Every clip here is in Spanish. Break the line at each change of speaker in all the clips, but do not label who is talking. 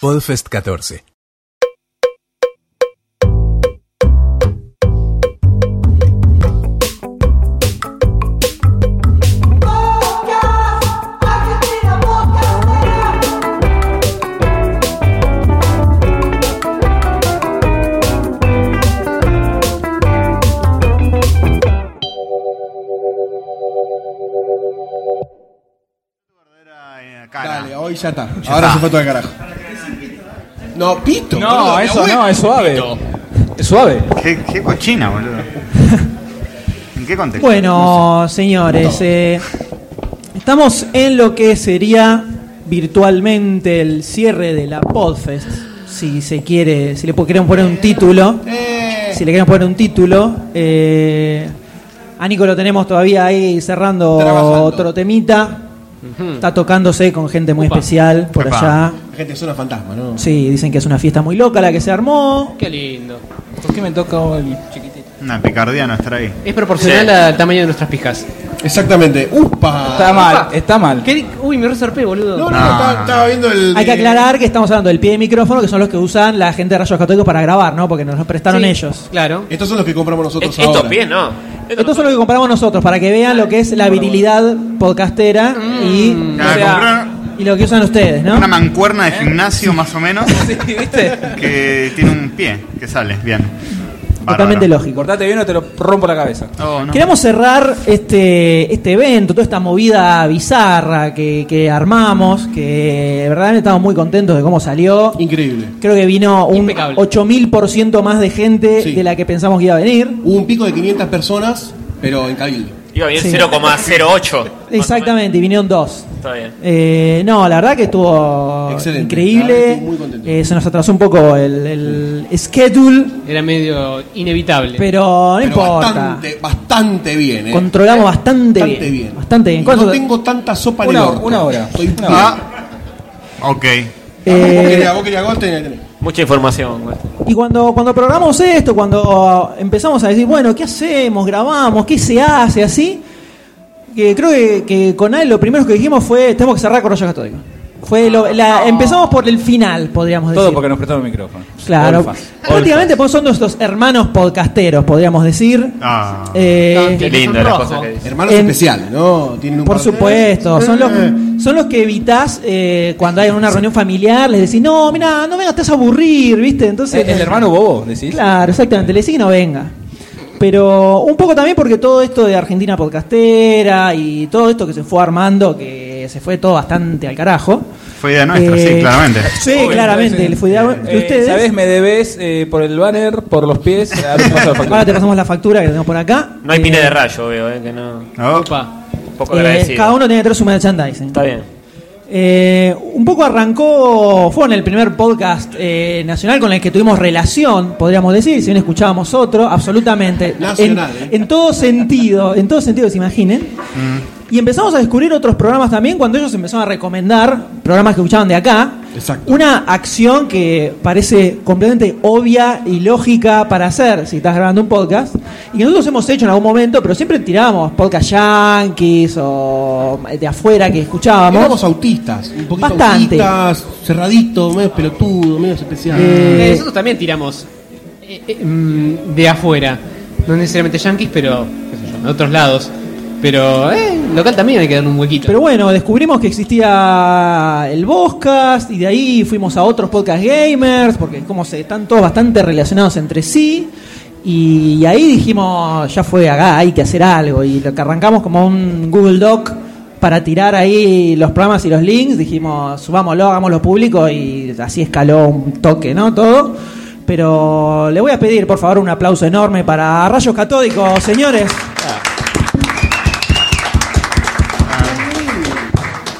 Podfest 14.
Dale, hoy ya está.
Ya
Ahora
está.
se fue todo el carajo. No, pito.
No,
boludo, mi
eso
abuelo-
no, es suave. Es suave.
Qué, qué cochina, boludo. ¿En qué contexto?
Bueno, señores, eh, estamos en lo que sería virtualmente el cierre de la Podfest. Si se quiere, si le po- quieren poner un título,
Eh.
si le quieren poner un título, eh, a Nico lo tenemos todavía ahí cerrando
Trabajando.
otro temita. Está tocándose con gente muy especial por
Upa.
allá.
La gente es una fantasma, ¿no?
Sí, dicen que es una fiesta muy loca la que se armó.
Qué lindo. ¿Por qué me toca el chiquitito?
Una picardía no estar ahí.
Es proporcional al tamaño de nuestras pijas.
Exactamente. ¡Upa!
Está mal, está mal.
¿Qué di- Uy, me resorpé, boludo.
No,
No,
no, estaba,
no.
estaba viendo el.
Hay que
de-
aclarar que estamos hablando del pie de micrófono, que son los que usan la gente de Rayos Católicos para grabar, ¿no? Porque nos los prestaron
Sí,
ellos.
Claro.
Estos son los que compramos nosotros
Estos
ahora.
pies, ¿no?
Esto es lo que compramos nosotros, para que vean lo que es la virilidad podcastera y,
Ah,
o sea,
compraron-
y lo que usan ustedes, ¿no? ¿Eh?
Una mancuerna de gimnasio, más o menos,
Sí, ¿viste?
que tiene un pie que sale. Bien.
Totalmente
Bárbaro.
lógico.
Cortate bien o te lo rompo la cabeza.
Oh, no.
Queremos cerrar este, este evento, toda esta movida bizarra que, que armamos, que verdaderamente estamos muy contentos de cómo salió.
Increíble.
Creo que vino un
Impecable.
8000% más de gente
Sí.
de la que pensamos que iba a venir.
Hubo un pico de 500 personas, pero en Cabildo.
Iba bien
Sí.
0,08.
Exactamente, y vinieron dos.
Está bien.
Eh, no, la verdad que estuvo
Excelente. La verdad que
increíble.
estuvo muy contento.
Eh, se nos atrasó un poco el, el schedule,
Era medio inevitable.
pero no
Pero
importa.
Bastante, bastante bien, ¿eh?
Controlamos bastante,
bastante
bien,
bien.
Bastante bien.
Y
¿Cuánto-
No tengo tanta sopa en
Una-
el orto.
una hora.
Estoy
Una
bien.
hora.
Ah. Ok.
Ah, vos
Eh,
querías- vos querías gol, tenés- tenés.
Mucha información. güey.
y cuando, cuando programamos esto, cuando empezamos a decir, bueno, ¿qué hacemos? ¿Grabamos? ¿Qué se hace? Así. Que creo que, que con él lo primero que dijimos fue, tenemos que cerrar con Rayos Católicos. Fue lo-
Ah.
la- Empezamos por el final, podríamos decir.
Todo porque nos prestaron el micrófono.
Claro.
Olfa.
Prácticamente pues, son nuestros hermanos podcasteros, podríamos decir.
Ah.
Eh,
No, que
Qué
son
lindo las
rojo.
cosas que dice.
Hermanos
En-
especiales, ¿no? Tienen un
por
par-
supuesto, son los,
Eh.
son los que evitas eh, cuando hay una reunión familiar, les decís, no, mira, no vengas, te vas a aburrir, ¿viste? Entonces,
¿El, el hermano bobo, decís?
Eh, Claro, exactamente, le decís que no venga. Pero un poco también porque todo esto de Argentina podcastera y todo esto que se fue armando, que se fue todo bastante al carajo.
Fue idea nuestra,
Eh,
sí, claramente.
Sí, claramente, le fue idea de
Eh,
ustedes.
¿Sabés? Me debes eh, por el banner, por los pies. eh, Ahora te paso la factura.
Ahora te pasamos la factura que tenemos por acá.
No hay pine
Eh,
de rayo, veo, eh, que no.
Oh,
Opa.
Un poco
Eh,
agradecido.
cada uno tiene que traer su merchandising.
Está bien.
Eh, un poco arrancó, fueron el primer podcast eh, nacional con el que tuvimos relación, podríamos decir, si bien escuchábamos otro, absolutamente.
Nacional,
En,
eh.
en todo sentido, en todo sentido que se imaginen.
Mm.
Y empezamos a descubrir otros programas también cuando ellos empezaron a recomendar programas que escuchaban de acá.
Exacto.
Una acción que parece completamente obvia y lógica para hacer si estás grabando un podcast. Y que nosotros hemos hecho en algún momento, pero siempre tirábamos podcast yankees o de afuera que escuchábamos.
Éramos autistas, un poquito
Bastante.
autistas, cerradito, medio pelotudo, medio especial.
Eh,
Eh, Nosotros también tiramos eh, eh, mm, de afuera. No necesariamente yanquis, pero qué sé yo, de otros lados. Pero eh, local también hay que dar un huequito.
Pero bueno, descubrimos que existía el Voscast y de ahí fuimos a otros podcast gamers, porque como se están todos bastante relacionados entre sí. Y ahí dijimos, ya fue acá, hay que hacer algo. Y lo que arrancamos como un Google Doc para tirar ahí los programas y los links, dijimos, subámoslo, hagámoslo público y así escaló un toque, ¿no? Todo. Pero le voy a pedir, por favor, un aplauso enorme para Rayos Catódicos, señores.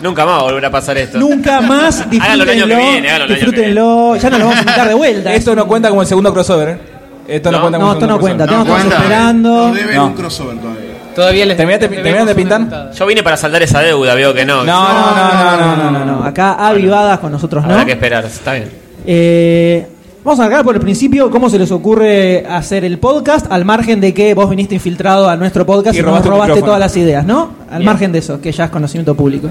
Nunca más volverá a pasar esto.
Nunca más
Hágalo el año que
disfrútenlo.
viene, hágalo el año que
disfrútenlo. Ya no lo vamos a invitar de vuelta.
Esto no cuenta como el segundo crossover. ¿eh? Esto no,
No,
cuenta como
no,
el
esto
segundo
no cuenta.
crossover.
Tenemos
No
que
cuenta.
esperando.
Nos deben
No.
un crossover todavía.
Todavía les
¿Terminaste-
les
terminaste de
vemos
pintar?
una
Yo vine para saldar esa deuda, veo que no.
No, no, no, no, no, no,
No, no, no. Acá avivadas con nosotros,
Habrá
¿no?
que esperar, está bien.
Eh, Vamos a arrancar por el principio. ¿Cómo se les ocurre hacer el podcast? Al margen de que vos viniste infiltrado a nuestro podcast
Y
y,
robaste
nos
un
robaste
micrófono.
todas las ideas, ¿no? Al
Bien.
margen de eso, que ya es conocimiento público.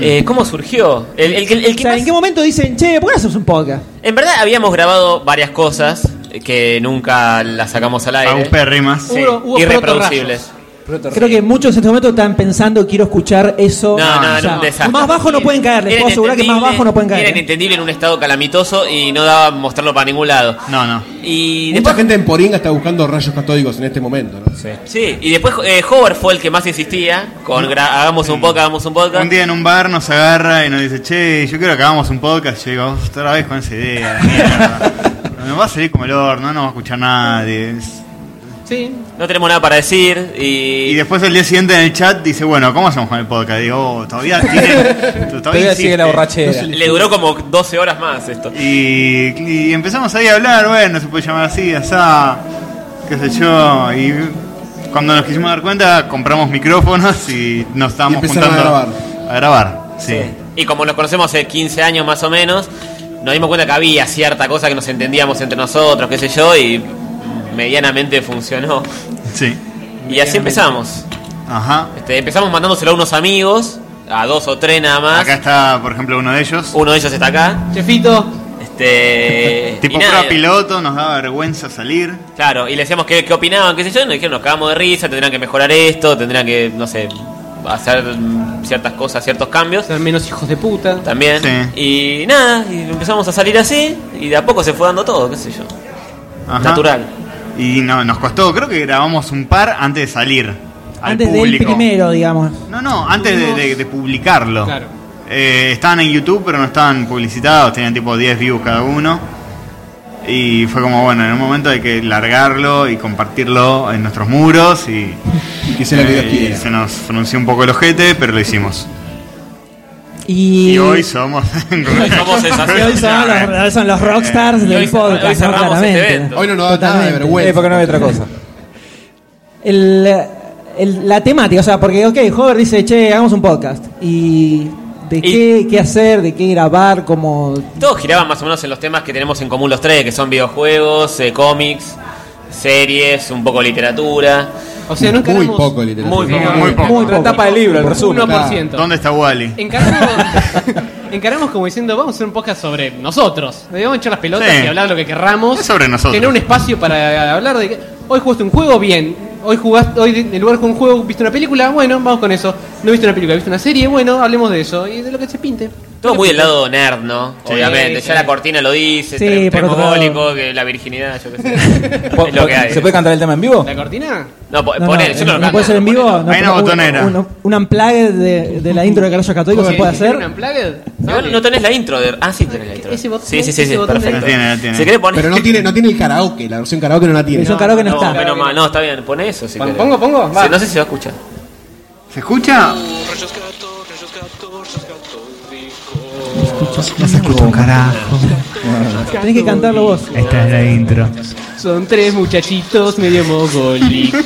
Eh, ¿Cómo surgió? El, el, que- el
O
que
sea,
más-
Hmm. ¿en qué momento dicen, che, ¿por qué no hacemos un podcast?
En verdad habíamos grabado varias cosas que nunca las sacamos al aire.
A un perry más.
Sí,
Hubo- hubo
irreproducibles.
Creo que muchos en este momento están pensando, quiero escuchar eso.
No, no,
O sea,
era un desastre.
Más bajo no pueden caer, les
Era
puedo asegurar que más
inentendible,
bajo no pueden
Era
caer. ¿eh?
inentendible en un estado calamitoso y no daba mostrarlo para ningún lado.
No, no.
Y
Mucha
después,
gente en Poringa está buscando rayos catódicos en este momento, ¿no?
sí, y después eh, Hover fue el que más insistía con gra- hagamos un podcast, hagamos un podcast.
Mm. Un día en un bar nos agarra y nos dice, che, yo quiero que hagamos un podcast. Yo digo, otra vez con esa idea, de mierda. Nos va a salir como el horno, no nos va a escuchar nadie.
Sí,
No tenemos nada para decir
Y
y,
después el día siguiente en el chat dice, bueno, ¿cómo hacemos con el podcast? Digo, oh, todavía tiene...
Todavía sigue
insiste.
la borrachera.
le duró como 12 horas más esto.
Y, y empezamos ahí a hablar, bueno, se puede llamar así, asá, qué sé yo. Y cuando nos quisimos dar cuenta, compramos micrófonos y nos estábamos
Y empezaron
juntando
a
A grabar, sí.
Y como nos conocemos hace 15 años más o menos, nos dimos cuenta que había cierta cosa que nos entendíamos entre nosotros, qué sé yo, y medianamente funcionó.
Sí.
Y así empezamos.
Ajá.
Este, empezamos mandándoselo a unos amigos, a dos o tres nada más.
Acá está, por ejemplo, uno de ellos.
Uno de ellos está acá.
Chefito,
Este,
tipo
y nada,
pro piloto, nos daba vergüenza salir.
Claro, y le decíamos qué, qué opinaban, qué sé yo, y nos dijeron, nos cagamos de risa, tendrían que mejorar esto, tendrían que, no sé, hacer mm, ciertas cosas, ciertos cambios.
ser menos hijos de puta.
También. Y nada, y empezamos a salir así, y de a poco se fue dando todo, qué sé yo.
Ajá.
Natural.
Y no, nos costó, creo que grabamos un par antes de salir. Al
Antes del
público.
primero, digamos.
No, no, antes de, de- de publicarlo.
Claro.
Eh, estaban en YouTube, pero no estaban publicitados, tenían tipo 10 views cada uno. Y fue como, bueno, en un momento hay que largarlo y compartirlo en nuestros muros. Y,
Y que sea lo que Dios
eh, y
quiera.
se nos pronunció un poco el ojete, pero lo hicimos.
Y,
Y hoy somos.
Somos
y hoy
sensaciones.
son los, son los rockstars
Eh. hoy
del
cer-
podcast,
hoy
¿no?
cerramos este
Claramente.
evento.
Hoy no nos da nada de
Totalmente.
vergüenza.
Eh, porque no hay otra cosa.
el, el- la temática, o sea, porque, ok, Hover dice, che, hagamos un podcast. Y de
Y-
qué, qué hacer, de qué grabar, como...
Todos giraban más o menos en los temas que tenemos en común los tres, que son videojuegos, eh, cómics, series, un poco literatura.
O sea, nunca
Muy
éramos
poco, literalmente.
Muy poco.
Muy poco.
Muy
La
poco.
tapa del libro, el resumen.
1%.
¿Dónde está Wally?
Encaramos, encaramos como diciendo, vamos a hacer un podcast sobre nosotros. Debemos echar las pelotas
Sí.
y hablar lo que querramos.
Es sobre nosotros.
Tener un espacio para hablar de que hoy jugaste un juego bien. Hoy jugaste, hoy en lugar de jugar un juego, viste una película, bueno, vamos con eso. No viste una película, viste una serie, bueno, hablemos de eso y de lo que se pinte.
Todo muy del lado nerd, ¿no?
Sí,
Obviamente,
sí.
ya la cortina lo dice,
Sí,
tre-
por otro
tremogólico, que la virginidad, yo qué sé.
Po-
es lo que hay.
¿Se puede cantar el tema en vivo?
¿La cortina?
No, po-
No,
poné,
no,
yo no lo
¿no
canto.
puede ser en vivo? No,
Hay una
un-
botonera.
Un, un unplugged de, de la intro de Carlos Católico se
Sí,
puede
¿tiene
hacer.
un unplugged?
Igual no tenés la intro de... Ah, sí tenés la intro.
Ese botón-
sí, sí, sí,
ese
sí,
botón
perfecto.
de- La tiene, la tiene.
Si querés poner...
Pero no tiene, no tiene el karaoke, la versión karaoke no la tiene.
Es un karaoke no,
No,
está.
menos mal, no, está bien, poné eso si
Pon-
querés.
pongo, pongo,
Sí,
va.
no sé si se va a escuchar.
¿Se escucha? No se escucha un carajo.
Tenés que cantarlo vos.
Esta es la intro.
Son tres muchachitos medio mogólicos.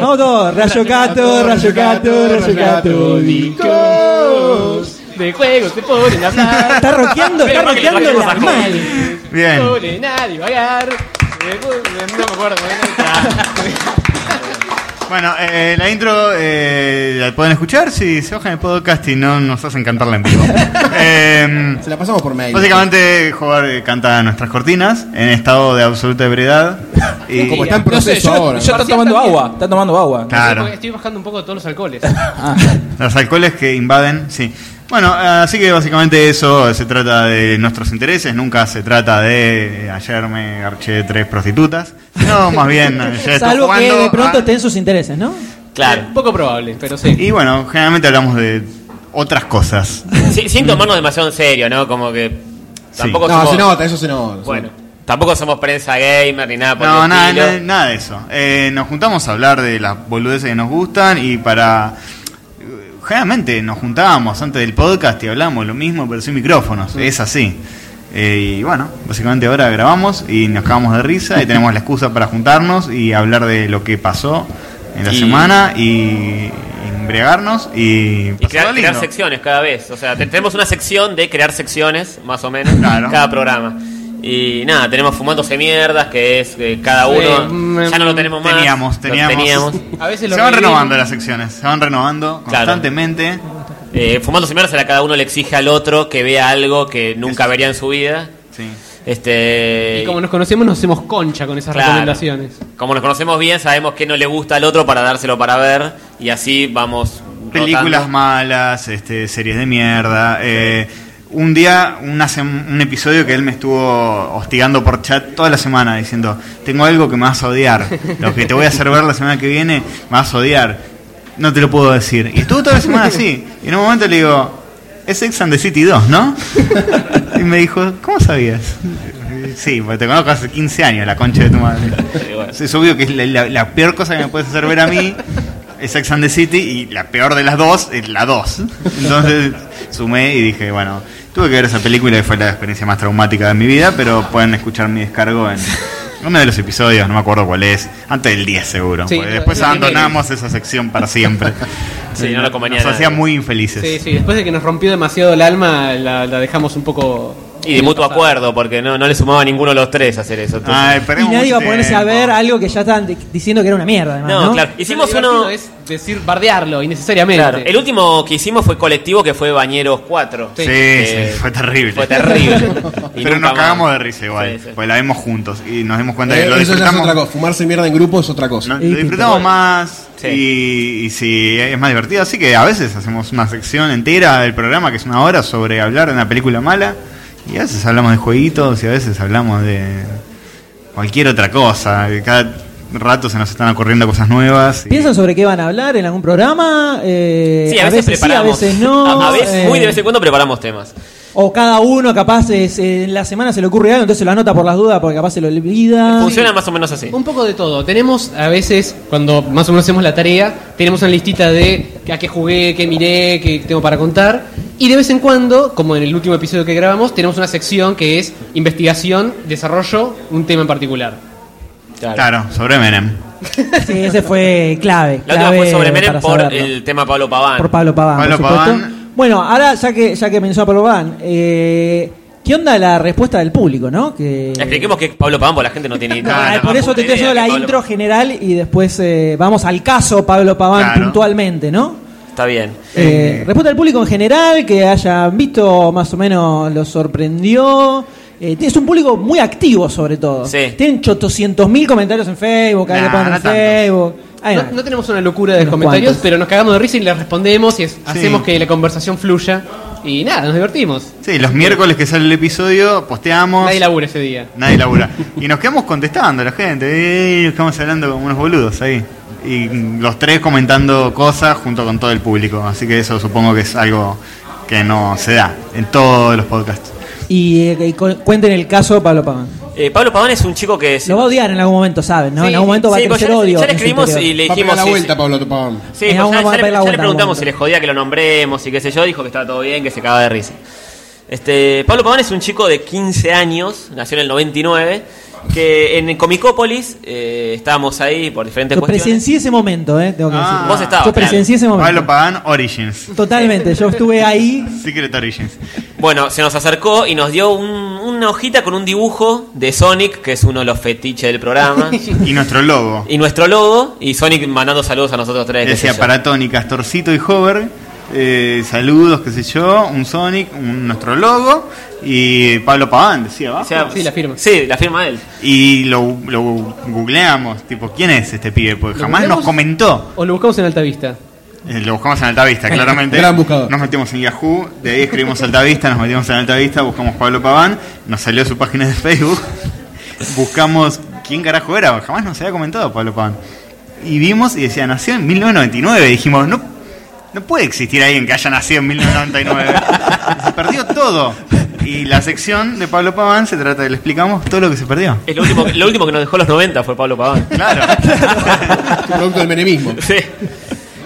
Vamos todos. Rayo Cato, Rayo Cato, Rayo Cato.
Católicos. De juegos se ponen a hablar.
Está roqueando, está
Menos mal que le
roqueando la
bajamos a
mal.
Bien.
Sobre nadie vagar. Eh, No me acuerdo. ¿eh?
Ah,
Bueno, eh, la intro eh, la pueden escuchar si se bajan el podcast y no nos hacen cantarla en vivo. Eh,
Se la pasamos por mail.
básicamente, jugar canta nuestras cortinas en estado de absoluta ebriedad. Y,
Como está en
No sé,
proceso
yo,
ahora.
yo está tomando
Marcial
agua. Está tomando agua.
Claro,
Estoy bajando un poco todos los alcoholes.
los alcoholes que invaden, sí. Bueno, así que básicamente eso se trata de nuestros intereses, nunca se trata de eh, ayer me garché tres prostitutas, no, más bien ayer estoy
Salvo que
jugando
de pronto
a-
estén sus intereses, ¿no?
Claro.
Poco probable, pero sí.
Y bueno, generalmente hablamos de otras cosas.
Sí, sin tomarnos demasiado en serio, ¿no? Como que... Tampoco
No,
somos...
se nota, eso se nota.
Bueno, tampoco somos prensa gamer ni nada por
No,
el
nada,
estilo.
nada, nada de eso. Eh, nos juntamos a hablar de las boludeces que nos gustan y para... Generalmente nos juntábamos antes del podcast y hablábamos lo mismo, pero sin micrófonos. Es así. Eh, y bueno, básicamente ahora grabamos y nos cagamos de risa y tenemos la excusa para juntarnos y hablar de lo que pasó en la
Y-
semana y embriagarnos y...
Y crear,
pasarla lindo.
crear secciones cada vez. O sea, te- tenemos una sección de crear secciones, más o menos,
Claro.
cada programa. Y nada, tenemos fumándose mierdas, que es eh, cada
Sí,
uno.
mm,
ya no lo tenemos más.
teníamos,
lo
teníamos.
teníamos.
A
Se
veces lo
van
revivimos.
renovando las secciones, se van renovando
Claro.
constantemente.
Eh, fumándose mierdas, a cada uno le exige al otro que vea algo que nunca vería en su vida.
Sí.
Este,
Y como nos conocemos, nos hacemos concha con esas
Claro.
recomendaciones.
Como nos conocemos bien, sabemos que no le gusta al otro para dárselo para ver. Y así vamos.
Películas
rotando.
malas, este, series de mierda. eh, un día, una sem- un episodio que él me estuvo hostigando por chat toda la semana diciendo: Tengo algo que me vas a odiar. Lo que te voy a hacer ver la semana que viene, me vas a odiar. No te lo puedo decir. Y estuvo toda la semana así. Y en un momento le digo: Es Ex and the City 2, ¿no? Y me dijo: ¿Cómo sabías? Sí, porque te conozco hace 15 años, la concha de tu madre.
Sí, bueno.
Es obvio que es la, la- la peor cosa que me puedes hacer ver a mí es Sex and the City y la peor de las dos es la dos. Entonces sumé y dije, bueno, tuve que ver esa película y fue la experiencia más traumática de mi vida, pero pueden escuchar mi descargo en uno de los episodios, no me acuerdo cuál es, antes del 10 seguro.
Sí,
porque
lo-
después
lo primero.
abandonamos esa sección para siempre.
Sí, no lo convenía a
Nos
nadie.
hacía muy infelices.
Sí, sí, después de que nos rompió demasiado el alma, la, la dejamos un poco.
Y de mutuo acuerdo, porque no, no le sumaba a ninguno de los tres hacer eso. entonces-
Ay,
Y
perdemos
nadie
mucho
va a ponerse a ver
tiempo.
algo que ya están di- diciendo que era una mierda, además,
no,
¿no?
claro. Hicimos
Lo divertido
uno.
Es este. decir, bardearlo innecesariamente.
Claro, el último que hicimos fue colectivo, que fue Bañeros 4.
Sí,
Eh,
sí, fue terrible.
Fue terrible. Y
Pero
nunca
nos
más.
cagamos de risa igual,
Sí, sí.
pues la vemos juntos y nos dimos cuenta que
Eh,
lo
eso ya es
disfrutamos.
otra cosa. Fumarse mierda en grupo es otra cosa.
No,
Y
lo disfrutamos
pinta.
más
Sí.
y, y sí, es más divertido. Así que a veces hacemos una sección entera del programa, que es una hora, sobre hablar de una película mala. Y a veces hablamos de jueguitos y a veces hablamos de cualquier otra cosa. Cada rato se nos están ocurriendo cosas nuevas. y-
¿Piensan sobre qué van a hablar en algún programa? Eh,
Sí, a veces, preparamos.
sí, a veces no.
A- a veces, muy de
eh,
vez en cuando preparamos temas.
O cada uno capaz es, eh, en la semana se le ocurre algo, entonces lo anota por las dudas porque capaz se lo olvida.
Funciona más o menos así.
Un poco de todo. Tenemos a veces, cuando más o menos hacemos la tarea, tenemos una listita de a qué jugué, qué miré, qué tengo para contar. Y de vez en cuando, como en el último episodio que grabamos, tenemos una sección que es investigación, desarrollo, un tema en particular.
Claro, sobre Menem.
Sí, ese fue clave.
La última
clave
fue sobre Menem
para
por
saberlo.
el tema Pablo Paván.
Por Pablo Paván,
Pablo
por supuesto.
Paván.
Bueno, ahora ya que ya que mencionó a Pablo Paván, eh, ¿qué onda la respuesta del público, no? Que...
Expliquemos que es Pablo Paván, porque la gente no tiene ni
Claro,
nada
Ah,
más
por eso
puta
te estoy
idea
haciendo
que
la
Pablo-
intro general y después eh, vamos al caso Pablo Paván
Claro.
puntualmente, ¿no?
Está bien.
Eh, respuesta al público en general, que hayan visto más o menos los sorprendió. Eh, es un público muy activo sobre todo.
Sí.
Tienen 800.000 comentarios en Facebook, ahí
Nah,
le ponen
no
en
tantos.
Facebook. Ahí
No,
va.
no tenemos una locura de
Unos
comentarios,
cuantos.
pero nos cagamos de risa y le respondemos y es- hacemos que la conversación fluya. Y nada, nos divertimos.
Sí, los miércoles que sale el episodio, posteamos.
Nadie labura ese día.
Nadie labura. Y nos quedamos contestando a la gente. eh, nos quedamos hablando como unos boludos ahí. Y mm, los tres comentando cosas junto con todo el público. Así que eso supongo que es algo que no se da en todos los podcasts.
Y, eh, y cu- cuenten el caso Pablo Paván.
Eh, Pablo Paván es un chico que... se-
Lo va a odiar en algún momento, ¿saben? ¿no?
Sí,
en algún momento va
sí,
a
pues
crecer
ya, le-
odio.
ya le
en su
escribimos
interior.
y le
Va a
dijimos...
pegar la
sí,
vuelta,
sí.
Pablo Topón.
Sí,
Eh,
pues
vamos
ya,
a
ya le-
pegar la
ya le
vuelta,
preguntamos
vamos a
si le jodía que lo nombremos y qué sé yo, dijo que estaba todo bien, que se cagaba de risa. Este, Pablo Paván es un chico de 15 años, nació en el 99, que en Comicópolis eh, estábamos ahí por diferentes
Yo
cuestiones.
presencié ese momento, ¿eh? Tengo que
Ah.
decirlo.
Vos estabas,
Yo
claro.
presencié ese momento.
Pablo Pagan Origins.
Totalmente, yo estuve ahí.
Secret Origins.
Bueno, se nos acercó y nos dio un- una hojita con un dibujo de Sonic, que es uno de los fetiches del programa,
Y nuestro logo.
y este nuestro logo, y Sonic mandando saludos a nosotros tres. qué sé
Decía
yo.
para Tony, Castorcito y Hover. eh, saludos, qué sé yo. Un Sonic, un- nuestro logo. Y Pablo Paván, decía
O
abajo.
sea,
Sí, la firma.
Sí, la firma de él.
Y lo, lo googleamos. Tipo, ¿quién es este pibe? Porque
¿Lo
jamás nos
googleamos?
comentó.
O lo buscamos en Altavista.
Eh, Lo buscamos en Altavista, claramente.
Gran buscador.
Nos metimos en Yahoo, de ahí escribimos Altavista, nos metimos en Altavista, buscamos Pablo Paván, nos salió su página de Facebook, buscamos quién carajo era, jamás nos había comentado Pablo Paván. Y vimos y decía, nació en 1999, dijimos, no, no puede existir alguien que haya nacido en 1999. se perdió todo. Y la sección de Pablo Paván se trata de, le explicamos todo lo que se perdió.
Es lo último, lo último que nos dejó los 90 fue Pablo Paván.
Claro.
Producto del menemismo.
Sí.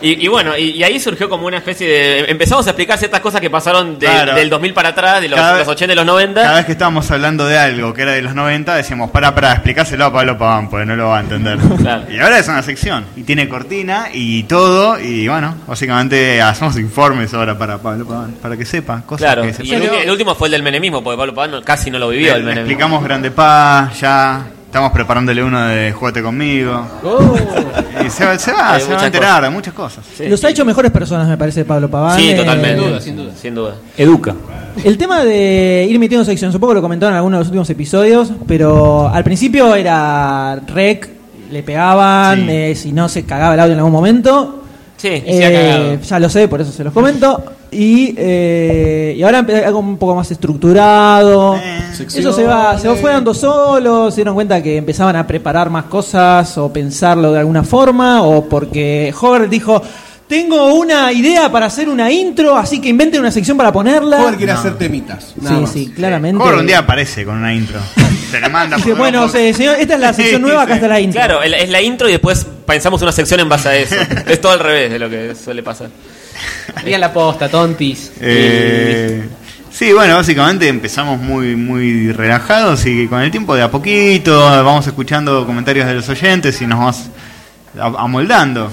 Y, y bueno, y, y ahí surgió como una especie de. Empezamos a explicar ciertas cosas que pasaron de-
Claro.
del 2000 para atrás, de los,
Cada-
los 80 y los 90.
Cada vez que estábamos hablando de algo que era de los 90, decíamos, para, para, explicárselo a Pablo Paván, porque no lo va a entender.
Claro.
Y ahora es una sección, y tiene cortina y todo, y bueno, básicamente hacemos informes ahora para Pablo Paván, para que sepa cosas
Claro,
que se
y el,
Pero-
ulti- el último fue el del menemismo, porque Pablo Paván no- casi no lo
Le-
vivió el
le
menemismo.
explicamos Grande Paz, ya estamos preparándole uno de Jugate conmigo.
Oh.
Y se, va- se va,
Hay
se va
Eh, muchas
a enterar de muchas cosas.
Sí.
Los ha hecho mejores personas, me parece, Pablo Paván.
Sí,
Eh,
totalmente.
Sin duda, sin duda.
Sin duda.
Educa.
El tema de ir metiendo sección, supongo que lo comentaron en alguno de los últimos episodios, pero al principio era rec, le pegaban,
Sí.
eh, si no se cagaba el audio en algún momento. Eh,
Sí.
Y se ha cagado.
ya lo sé, por eso se los comento. Y, eh, y ahora empe- algo un poco más estructurado.
Eh,
Eso se va, se fue dando solo, se dieron cuenta que empezaban a preparar más cosas o pensarlo de alguna forma, o porque Hover dijo, tengo una idea para hacer una intro, así que inventen una sección para ponerla.
Howard quiere hacer temitas. nada
sí,
más.
sí, claramente.
Jorge un día aparece con una intro. Se la manda.
Dice,
por-
bueno, se- señor, esta es la sección
Sí,
nueva,
sí.
acá está la intro.
Claro, el- es la intro y después pensamos una sección en base a eso. es todo al revés de lo que suele pasar.
Digan la posta, tontis.
Eh, sí, bueno, básicamente empezamos muy, muy relajados y con el tiempo de a poquito vamos escuchando comentarios de los oyentes y nos vamos a- amoldando.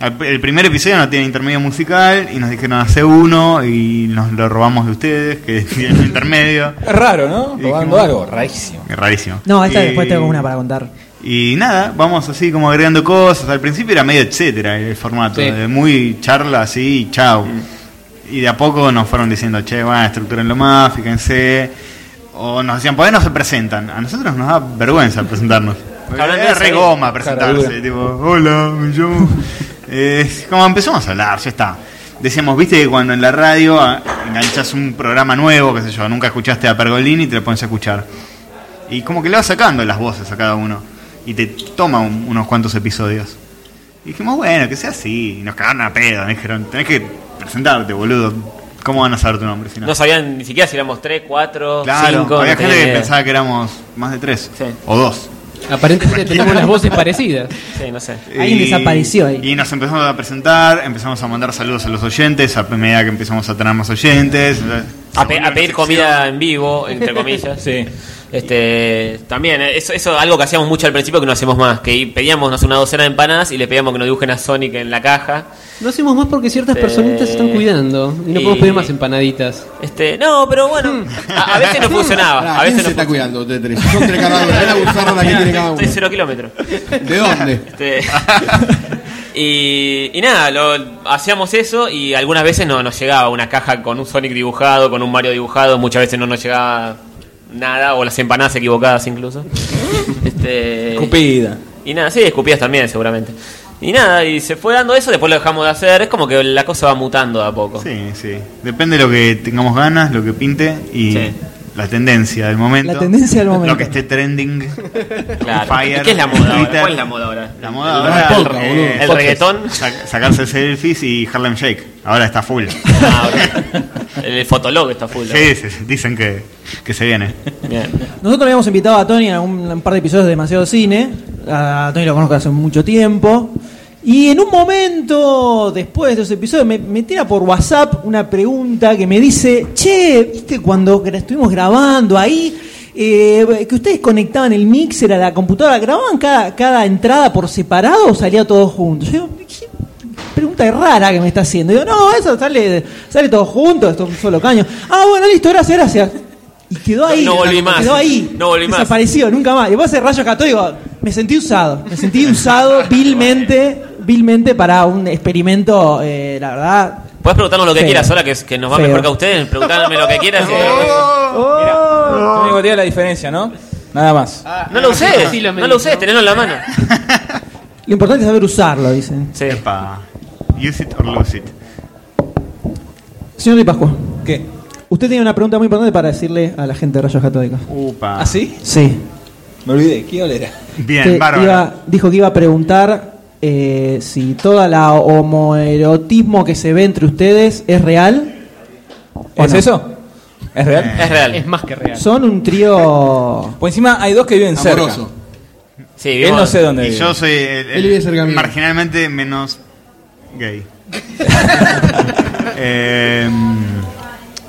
Al- El primer episodio no tiene intermedio musical y nos dijeron hace uno y nos lo robamos de ustedes que tienen un intermedio.
Es raro, ¿no?
Y
Robando
dijimos-
algo, rarísimo.
Es rarísimo.
No, esta
Y-
después tengo una para contar.
Y nada, vamos así como agregando cosas. Al principio era medio etcétera el formato,
Sí.
de muy charla así y chau. Y de a poco nos fueron diciendo, che, bueno, estructurenlo más, fíjense. O nos decían, ¿por qué no se presentan? A nosotros nos da vergüenza presentarnos.
Hablando de
Era re
eso,
goma
cara
presentarse,
dura.
tipo, hola, me llamo. Eh, como empezamos a hablar, ya está. Decíamos, viste que cuando en la radio ah, enganchas un programa nuevo, qué sé yo, nunca escuchaste a Pergolini y te lo pones a escuchar. Y como que le vas sacando las voces a cada uno. Y te toma un- unos cuantos episodios. Y dijimos, bueno, que sea así. Y nos cagaron a pedo. nos dijeron, tenés que presentarte, boludo. ¿Cómo van a saber tu nombre si no?
No sabían ni siquiera si éramos 3, 4,
claro,
5.
había gente que pensaba que éramos más de tres.
Sí.
O dos.
eh, Aparentemente tenemos las voces parecidas.
Sí, no sé.
Alguien desapareció ahí.
Y nos empezamos a presentar, empezamos a mandar saludos a los oyentes, a medida que empezamos a tener más oyentes.
A, pe- a pedir comida en vivo, entre comillas.
Sí.
Este, también, eh, eso, eso algo que hacíamos mucho al principio que no hacemos más, que i- pedíamos no sé, una docena de empanadas y le pedíamos que nos dibujen a Sonic en la caja.
No hacemos más porque ciertas
Sí.
personitas se están cuidando y no
Y-
podemos pedir más empanaditas.
Este, no, pero bueno, a, a veces no funcionaba.
Pará,
Ah, A
¿Quién se
veces no
está
funcionaba.
cuidando de tres? Son tres cada uno. Ven a buscar la que tiene cada uno.
Estoy cero kilómetros.
¿De dónde?
Este, y, y nada, lo, hacíamos eso y algunas veces no nos llegaba una caja con un Sonic dibujado, con un Mario dibujado, muchas veces no nos llegaba nada, o las empanadas equivocadas incluso. Este,
Cupida.
y nada, sí, escupías también seguramente. Y nada, y se fue dando eso, después lo dejamos de hacer, es como que la cosa va mutando de a poco.
Sí, sí. Depende de lo que tengamos ganas, lo que pinte y
Sí.
la tendencia del momento.
La tendencia del momento.
Lo que esté trending.
Claro.
Fire,
¿Y ¿Qué es la moda ahora?
Twitter.
¿Cuál es la moda ahora?
La moda
El-
ahora
el-
el-
podcast,
el-
boludo.
el
El
podcast.
reggaetón.
Sac- sacarse selfies y Harlem Shake. Ahora está full.
Ah, ok. El fotolog está full. ¿no?
Sí, sí, sí, dicen que, que se viene.
Bien.
Nosotros habíamos invitado a Tony en un, un par de episodios de Demasiado Cine. A Tony lo conozco hace mucho tiempo. Y en un momento, después de esos episodios, me, me tira por WhatsApp una pregunta que me dice, che, ¿viste cuando gra- estuvimos grabando ahí? eh, que ustedes conectaban el mixer a la computadora, ¿grababan cada, cada entrada por separado o salía todo junto? Yo digo, "¿Qué pregunta rara que me está haciendo? Digo, no, eso sale, sale todo junto, esto es un solo caño. Ah, bueno, listo, gracias, gracias. Y quedó ahí.
No volví más.
Quedó ahí.
No volví más.
Desapareció, nunca más. Y después de rayos católicos, me sentí usado. Me sentí usado vilmente, vilmente para un experimento, eh, la verdad.
Puedes preguntarnos lo que
Feo.
quieras, ahora que, es- que nos va
Feo.
mejor que a ustedes. Preguntarme lo que quieras. eh.
Lo único que tiene la diferencia, ¿no? Nada más.
No lo usé,
Sí, lo
no lo usé,
medito.
tenedlo en la mano.
Lo importante es saber usarlo, dicen.
Sí.
Epa. Use it or lose it.
Señor Di Pascua,
¿Qué?
usted tiene una pregunta muy importante para decirle a la gente de rayos católicos.
Upa.
¿Ah, sí?
Sí.
Me olvidé. ¿Qué olera?
Bien,
Que
bárbaro.
iba- dijo que iba a preguntar eh, si toda la homoerotismo que se ve entre ustedes es real. o
¿Es
Eh, no.
Pues eso? ¿Es real?
Es real.
Es más que real.
Son un trío.
Por Pues encima hay dos que viven
Amoroso.
Sí,
cerca. Él
vimos-
no sé dónde
Y
vive.
yo soy el, el
Él vive cerca mío.
marginalmente menos gay. Eh,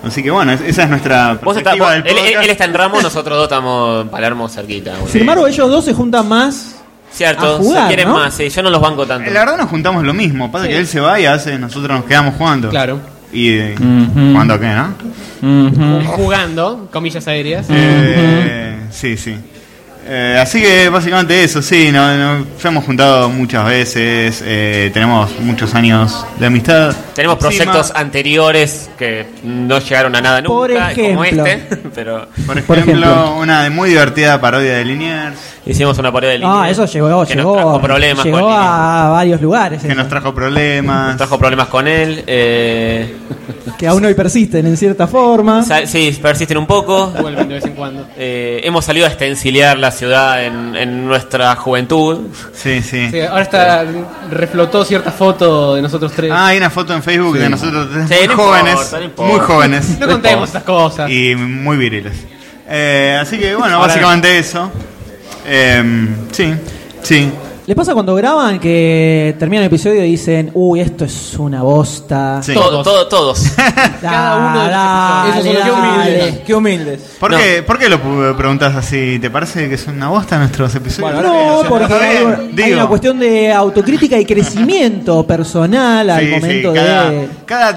así que bueno, es- esa es nuestra
Vos está,
perspectiva
vos-
del
él, él-
podcast.
él está en Ramos, nosotros dos estamos en Palermo cerquita. güey.
Sin embargo, ellos dos se juntan más.
Cierto,
a jugar,
se quieren
¿no?
más, sí, yo no los banco tanto.
Eh, La verdad nos juntamos lo mismo, pasa que él se va y hace, nosotros nos quedamos jugando.
Claro.
Y eh,
Ujú.
jugando a qué, ¿no?
Jugando, comillas aéreas.
Eh, sí, sí. Eh, así que básicamente eso, sí, no- no- nos hemos juntado muchas veces, eh, tenemos muchos años de amistad.
Tenemos
Encima,
proyectos anteriores que no llegaron a nada nunca,
Por
como
ejemplo.
este, pero
Por ejemplo,
por ejemplo.
una de muy divertida parodia de Liniers,
hicimos una parodia de línea.
Ah, eso llegó,
que
llegó.
Nos trajo problemas
llegó
con Liniers.
a varios lugares.
que
eso,
nos trajo
Nos
problemas.
trajo problemas con él. eh,
que aún hoy persisten en cierta forma.
sa- sí, persisten un poco.
Vuelven de vez en cuando.
Eh, hemos salido a estencilear la ciudad en, en nuestra juventud.
Sí, sí.
Sí, ahora está reflotó cierta foto de nosotros tres.
Ah, hay una foto en Facebook de nosotros tres
Sí,
muy
no importa,
jóvenes,
no importa.
muy jóvenes
no contemos esas cosas.
y muy viriles. Eh, así que bueno,
Ahora-
básicamente eso. Em, sí, sí.
¿Les pasa cuando graban que terminan el episodio y dicen, uy, esto es una bosta?
Sí.
Todo- todo- todos.
Cada uno de los
Dale, dale,
episodios. Eso solo qué humilde.
dale.
Qué humildes.
¿Por,
No.
qué, por qué lo pu- preguntas así? ¿Te parece que son una bosta nuestros episodios?
Bueno,
No,
Está
porque hay,
bien,
una- hay
digo.
una cuestión de autocrítica y crecimiento personal al
Sí, sí,
momento
cada,
de...
cada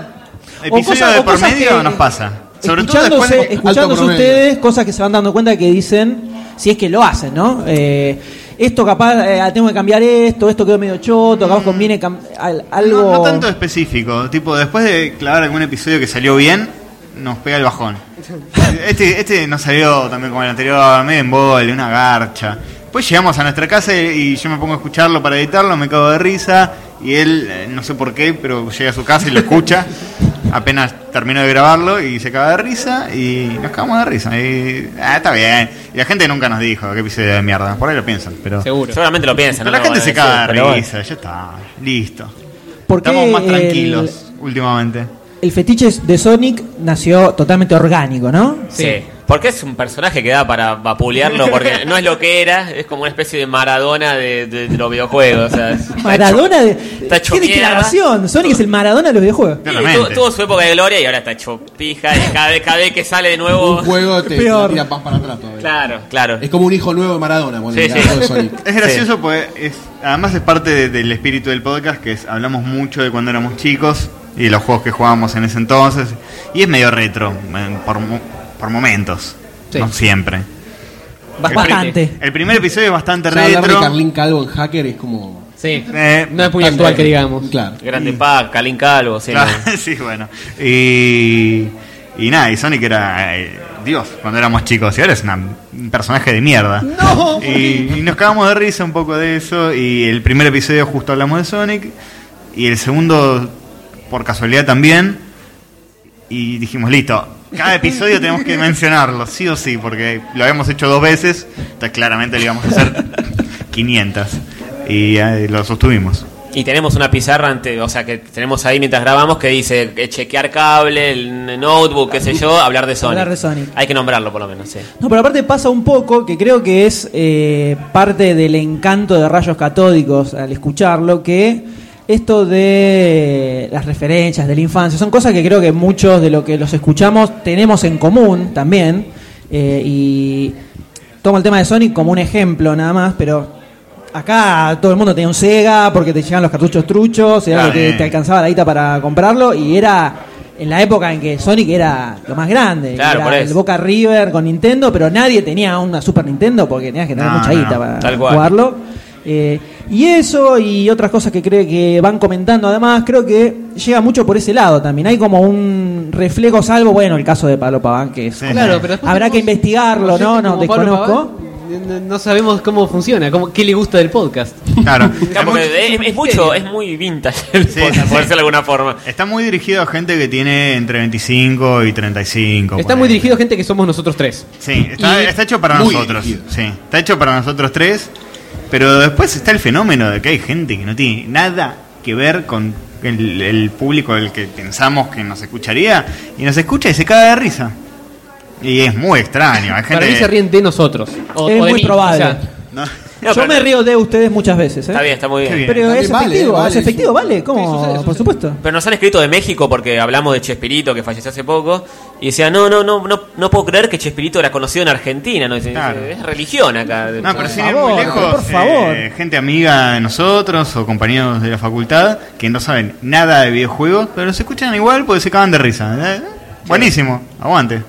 episodio
cosas-
de
o
por
cosas
medio
que-
nos pasa. Sobre todo después
escuchándose,
de-
escuchándose
promedio.
ustedes, cosas que se van dando cuenta que dicen, si es que lo hacen, ¿no? Eh, esto capaz, eh, tengo que cambiar esto, esto quedó medio choto, capaz conviene cam- al- algo...
Mm. No, no tanto específico, tipo después de clavar algún episodio que salió bien, nos pega el bajón. Este, este nos salió también como el anterior, medio embole, una garcha. Después llegamos a nuestra casa y yo me pongo a escucharlo para editarlo, me cago de risa y él, eh, no sé por qué, pero llega a su casa y lo escucha. Apenas terminó de grabarlo y se caga de risa y nos cagamos de risa. Y, ah, está bien. Y la gente nunca nos dijo qué episodio de mierda. Por ahí lo piensan, pero,
Seguro.
Pues Seguramente lo piensan.
pero
no
la
lo
gente
van a
se
decir,
caga de
pero bueno.
risa. Ya está, listo.
¿Por qué
Estamos más
el-
tranquilos últimamente.
El, fetiche de Sonic nació totalmente orgánico, ¿no?
Sí. Porque es un personaje que da para vapulearlo, porque no es lo que era, es como una especie de Maradona de, de- de los videojuegos. o sea, está hecho-
Maradona de...
está hecho
¡Qué
mierda.
declaración! Sonic es el Maradona de los videojuegos.
Sí,
Claramente.
tuvo, tuvo su época de gloria y ahora está hecho pija y cada vez, cada vez que sale de nuevo...
Un juego te
Peor.
te tira más para atrás todavía.
Claro, claro.
Es como un hijo nuevo de Maradona. cuando
Sí,
le
sí.
ganó el Sonic.
Es gracioso porque es, además es parte de- del espíritu del podcast, que es, hablamos mucho de cuando éramos chicos y de los juegos que jugábamos en ese entonces. Y es medio retro, eh, por, mo- por momentos,
Sí.
no siempre.
Bastante.
El primer episodio es bastante
O sea, hablar de
retro.
Carlín Calvo en Hacker es como...
Sí.
Eh,
no es muy actual que digamos.
Claro.
Grande Pac, Calín Calvo, sí.
Claro,
no.
sí, bueno. Y, y nada, y Sonic era eh, Dios cuando éramos chicos. Y ahora es una- un personaje de mierda. Y, y nos cagamos de risa un poco de eso. Y el primer episodio justo hablamos de Sonic. Y el segundo, por casualidad también. Y dijimos, listo, cada episodio tenemos que mencionarlo, sí o sí, porque lo habíamos hecho dos veces. Entonces claramente lo íbamos a hacer 500. Y eh, lo sostuvimos.
Y tenemos una pizarra, ante, o sea, que tenemos ahí mientras grabamos que dice eh, chequear cable, el notebook, qué sé yo, hablar de Sonic.
Hablar de Sonic.
Hay que nombrarlo por lo menos, sí.
No, pero aparte pasa un poco que creo que es eh, parte del encanto de rayos catódicos al escucharlo, que esto de las referencias de la infancia son cosas que creo que muchos de lo que los escuchamos tenemos en común también. eh, y tomo el tema de Sonic como un ejemplo nada más, pero acá todo el mundo tenía un Sega porque te llegaban los cartuchos truchos, era
Claro.
lo que te alcanzaba la guita para comprarlo y era en la época en que Sonic era lo más grande.
Claro,
Era
por eso.
el Boca River con Nintendo, pero nadie tenía una Super Nintendo porque tenías que tener
No,
mucha
no,
guita para
tal cual.
jugarlo. Eh, y eso y otras cosas que creo que van comentando además, creo que llega mucho por ese lado también. Hay como un reflejo salvo, bueno, el caso de Pablo Paván, que es...
Sí.
Claro, pero después
Habrá
tenemos
que investigarlo,
gente
¿no? No,
como Pablo
desconozco.
Paván, no- No sabemos cómo funciona, cómo, qué le gusta del podcast.
Claro.
Claro, porque es, es mucho, es muy vintage el
Sí,
podcast,
sí.
por decirlo de alguna forma.
Está muy dirigido a gente que tiene entre 25 y 35.
Está
por
muy
ahí.
dirigido a gente que somos nosotros tres.
Sí, está,
y-
está hecho para
muy
nosotros.
dirigido.
Sí, está hecho para nosotros tres. Pero después está el fenómeno de que hay gente que no tiene nada que ver con el, el público al que pensamos que nos escucharía y nos escucha y se caga de risa. Y es muy extraño. Hay gente
Para mí se ríen de nosotros. o-
es
o de
muy
mí,
probable.
o sea,
No,
No,
Yo
pero-
me río de ustedes muchas veces, ¿eh?
Está bien, está muy
Qué
bien.
bien.
Pero
También
es
vale,
efectivo,
vale,
es
sí.
efectivo, ¿vale? ¿Cómo?
Sí, sucede,
Por
sucede.
supuesto.
Pero nos han escrito de México porque hablamos de Chespirito, que falleció hace poco, y decían, no, no, no, no, no puedo creer que Chespirito era conocido en Argentina, ¿no? Es, es-
Claro.
es religión acá. ah,
No, pero sin ir
favor,
muy lejos,
por favor.
eh, gente amiga de nosotros o compañeros de la facultad que no saben nada de videojuegos, pero los escuchan igual porque se cagan de risa. Eh, Buenísimo, aguante.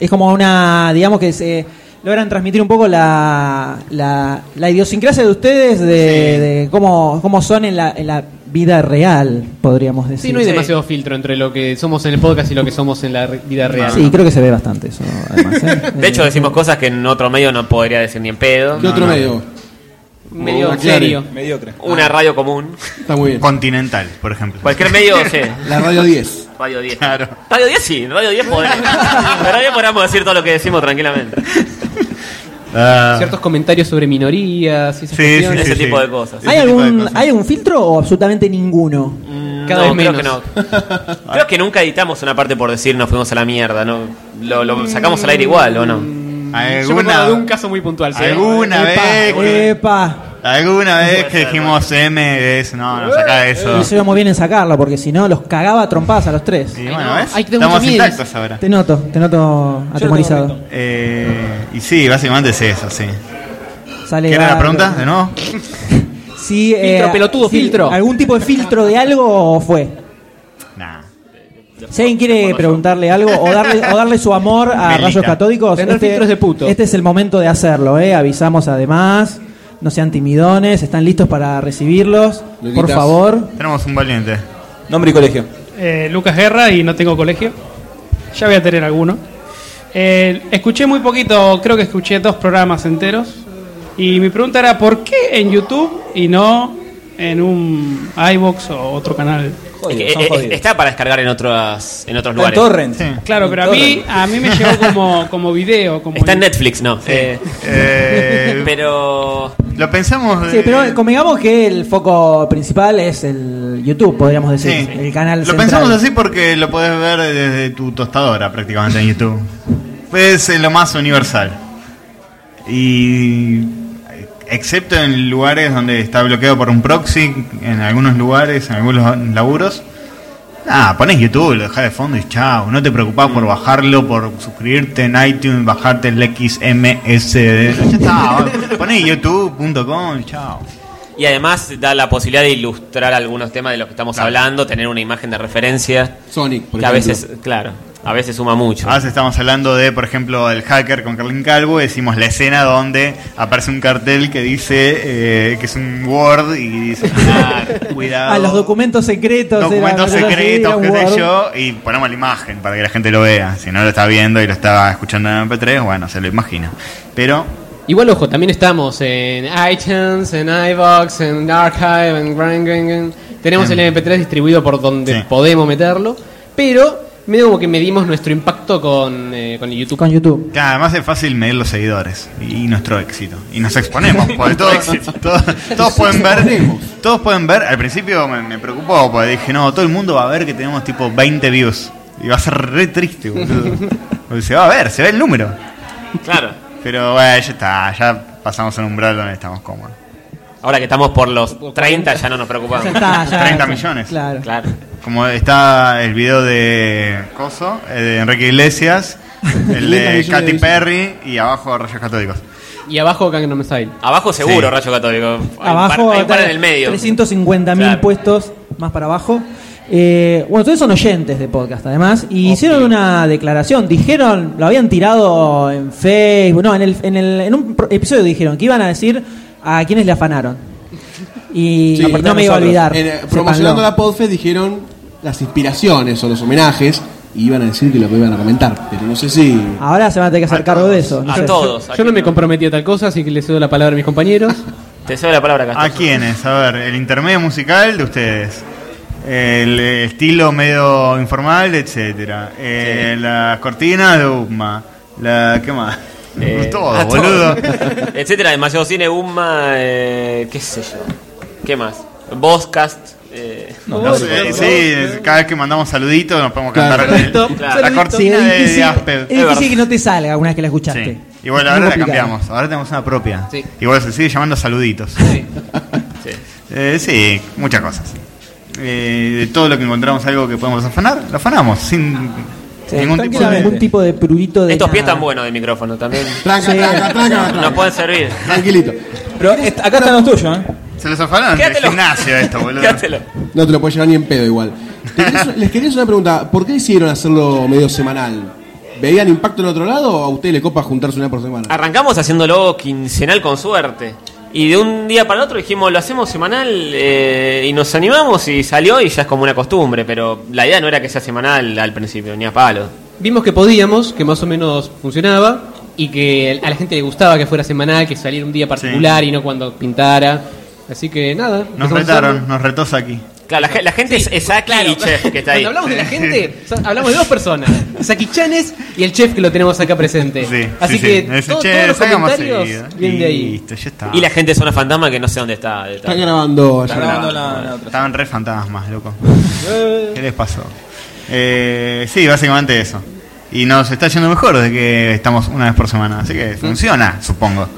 Es como una, digamos que se logran transmitir un poco la, la, la idiosincrasia de ustedes de,
Sí.
de cómo, cómo son en la, en la vida real, podríamos decir.
Sí, no hay
Sí.
demasiado filtro entre lo que somos en el podcast y lo que somos en la re- vida real.
Sí, creo que se ve bastante eso. además, ¿eh?
De hecho,
Eh,
decimos cosas que en otro medio no podría decir ni en pedo.
¿Qué otro medio?
Medio
Aclare.
serio.
Mediocre.
Ah.
Una radio común.
Está muy bien.
Continental, por ejemplo.
Cualquier medio, sí.
La radio 10.
Radio 10.
Claro.
Radio 10 sí, Radio 10 podemos. Radio 10 podemos decir todo lo que decimos tranquilamente.
Ah,
Ciertos comentarios sobre minorías y esas
Sí,
cuestiones.
Ese
sí.
tipo de cosas.
¿Hay
ese tipo de
algún,
cosas.
¿Hay algún filtro o absolutamente ninguno?
Cada
Cada
no,
vez
creo
menos.
que no. Creo que nunca editamos una parte por decir nos fuimos a la mierda, ¿no? Lo, lo sacamos al aire igual, ¿o no?
Yo me
¿Alguna,
acuerdo de un caso eh, muy puntual. ¿sí?
alguna vez que,
Epa,
alguna vez que dijimos M es no, no
Eh,
saca eso.
epa. Hicieron muy bien en sacarlo porque si no los cagaba a trompadas a los tres.
Y bueno, ¿ves?
Ay, que tengo
Estamos
mucho miedo.
intactos ahora.
Te noto, te noto atemorizado.
Eh, y sí, básicamente es eso, sí.
Sale
¿Qué era la
Bardo.
pregunta? ¿De nuevo?
Sí, eh,
Filtro, pelotudo,
sí,
filtro.
¿Algún tipo de filtro de algo fue?
Nah.
Si alguien quiere
Bueno,
preguntarle algo o darle, o darle su amor a
Melita.
rayos catódicos,
Tener filtros de puto.
este es el momento de hacerlo, ¿eh? Avisamos además. No sean timidones, están listos para recibirlos. Por
Luquitas.
favor.
Tenemos un valiente.
Nombre y colegio.
Eh, Lucas Guerra y no tengo colegio. Ya voy a tener alguno. Eh, escuché muy poquito, creo que escuché dos programas enteros. Y mi pregunta era, ¿por qué en YouTube y no en un iBox o otro canal?
Jodidos,
Es que,
son
eh, eh,
jodidos.
está para descargar en otras en otros
Está en
lugares.
torrent.
Sí.
Claro, pero a mí, a mí me llegó como, como video. Como
Está en Netflix, no. Eh,
Eh,
pero
lo pensamos.
Sí,
eh,
pero convengamos que el foco principal es el YouTube, podríamos
sí.
decir. El canal
Lo
central.
pensamos así porque lo podés ver desde tu tostadora prácticamente en YouTube. Es eh, lo más universal. Y. Excepto en lugares donde está bloqueado por un proxy, en algunos lugares, en algunos laburos. Ah, pones YouTube, lo dejás de fondo y chao. No te preocupás por bajarlo, por suscribirte en iTunes, bajarte el XMSD. Ya está, ponés youtube.com y chao.
y además da la posibilidad de ilustrar algunos temas de los que estamos hablando, tener una imagen de referencia
Sonic, por
que a
ejemplo.
veces, claro, a veces suma mucho.
Ahora estamos hablando de, por ejemplo, el hacker con Carlin Calvo. y Decimos la escena donde aparece un cartel que dice eh, que es un Word y dice, ah, cuidado.
A los documentos secretos. era-
documentos
era así,
secretos,
era un
qué sé
Word.
yo, y ponemos la imagen para que la gente lo vea. Si no lo está viendo y lo está escuchando en MP3, bueno, se lo imagina. Pero
Igual, ojo, también estamos en iTunes, en iVox, en Archive, en Grand Grand- Grand. Tenemos el MP3 distribuido por donde
Sí.
podemos meterlo, pero medio como que medimos nuestro impacto con, eh, con el YouTube.
Con YouTube.
Claro, además es fácil medir los seguidores y nuestro éxito. Y nos exponemos, porque todos, todos, todos pueden ver. Todos pueden ver. Al principio me, me preocupó porque dije, no, todo el mundo va a ver que tenemos tipo 20 views. Y va a ser re triste, boludo. Porque se va a ver, se ve el número.
Claro.
Pero bueno, ya está, ya pasamos un umbral donde estamos cómodos.
Ahora que estamos por los 30 ya no nos preocupamos.
Ya está, Ah, ya,
30
ya.
millones.
Claro.
Claro.
Como está el video de Coso, eh, de Enrique Iglesias, el de Katy Perry y abajo Rayos Católicos.
Y abajo Gangnam Style.
Abajo seguro,
Sí.
Rayo Católico. Hay un par-
abajo,
hay un par en el medio.
350 mil
Claro.
puestos más para abajo. Eh, bueno, ustedes son oyentes de podcast, además, y hicieron una declaración. Dijeron, lo habían tirado en Facebook, no, en, el, en, el- en un pro- episodio dijeron que iban a decir a quienes le afanaron. Y
Sí,
no me iba a olvidar.
En, eh,
sépanlo.
promocionando la Podfest dijeron las inspiraciones o los homenajes y iban a decir que lo iban a comentar, pero no sé si...
Ahora se van a tener que hacer
A
cargo de
todos,
eso. no
A
sé.
todos.
Yo no me
Aquí
comprometí a tal cosa, así que le cedo la palabra a mis compañeros.
Te cedo la palabra,
¿A
Castro.
quiénes? A ver, el intermedio musical de ustedes. El eh, estilo medio informal, etcétera. Eh, Las cortinas de Uma. La, ¿Qué más?
Eh,
todo,
a
boludo.
Etcétera, demasiado cine, Uma, eh, qué sé yo. ¿Qué más? Voscast. Eh,
No sé, sí, es- cada vez que mandamos saluditos nos podemos
Claro.
cantar el-
Saludito,
la
saludito. Sí,
cortina
es
de, de
difícil,
Asper.
es difícil que no te salga una vez que la escuchaste.
Sí. Igual
Muy
ahora la
complicado.
cambiamos, ahora tenemos una propia.
Sí.
Igual se sigue llamando saluditos.
Sí.
Sí.
Eh, sí, muchas cosas. Eh, de todo lo que encontramos algo que podemos afanar, lo afanamos, sin
Sí,
ningún tipo de...
tranquilamente. Ningún tipo de prurito de.
Estos pies
nada.
tan buenos de micrófono también.
Tranca,
Sí.
tranca, tranca,
Nos
tranca.
pueden servir.
Tranquilito.
Pero est- acá están los tuyos, ¿eh?
Se los afanaron en el
Quédatelo.
gimnasio esto, boludo.
Quédatelo.
No te lo puedes llevar ni en pedo igual. Te quería hacer- Les quería hacer una pregunta. ¿Por qué decidieron hacerlo medio semanal? ¿Veían impacto en otro lado o a usted le copa juntarse una por semana?
Arrancamos haciéndolo quincenal con suerte. Y de un día para el otro dijimos, lo hacemos semanal eh, y nos animamos y salió y ya es como una costumbre, pero la idea no era que sea semanal al principio, ni a palo.
Vimos que podíamos, que más o menos funcionaba y que a la gente le gustaba que fuera semanal, que saliera un día particular y no cuando pintara. Así que nada.
Nos
empezamos a
retaron,
hacerlo.
nos retó aquí.
Claro, la, ge- la gente es, es Aki
Claro,
y Chef que está ahí.
Cuando hablamos de la gente, so- hablamos de dos personas: Saki Chanes y el chef que lo tenemos acá presente.
Sí,
Así
sí, sí.
que
Me dice,
todo-
"Che,
todos los
salga más
comentarios
seguido".
vienen de ahí.
Listo, ya está.
Y la gente es una fantasma que no sé dónde está. de
Están
tal.
grabando allá.
Está grabando la, la otra.
Estaban re fantasmas, loco. ¿Qué les pasó? Eh, sí, básicamente eso. Y nos está yendo mejor desde que estamos una vez por semana. Así que funciona, supongo.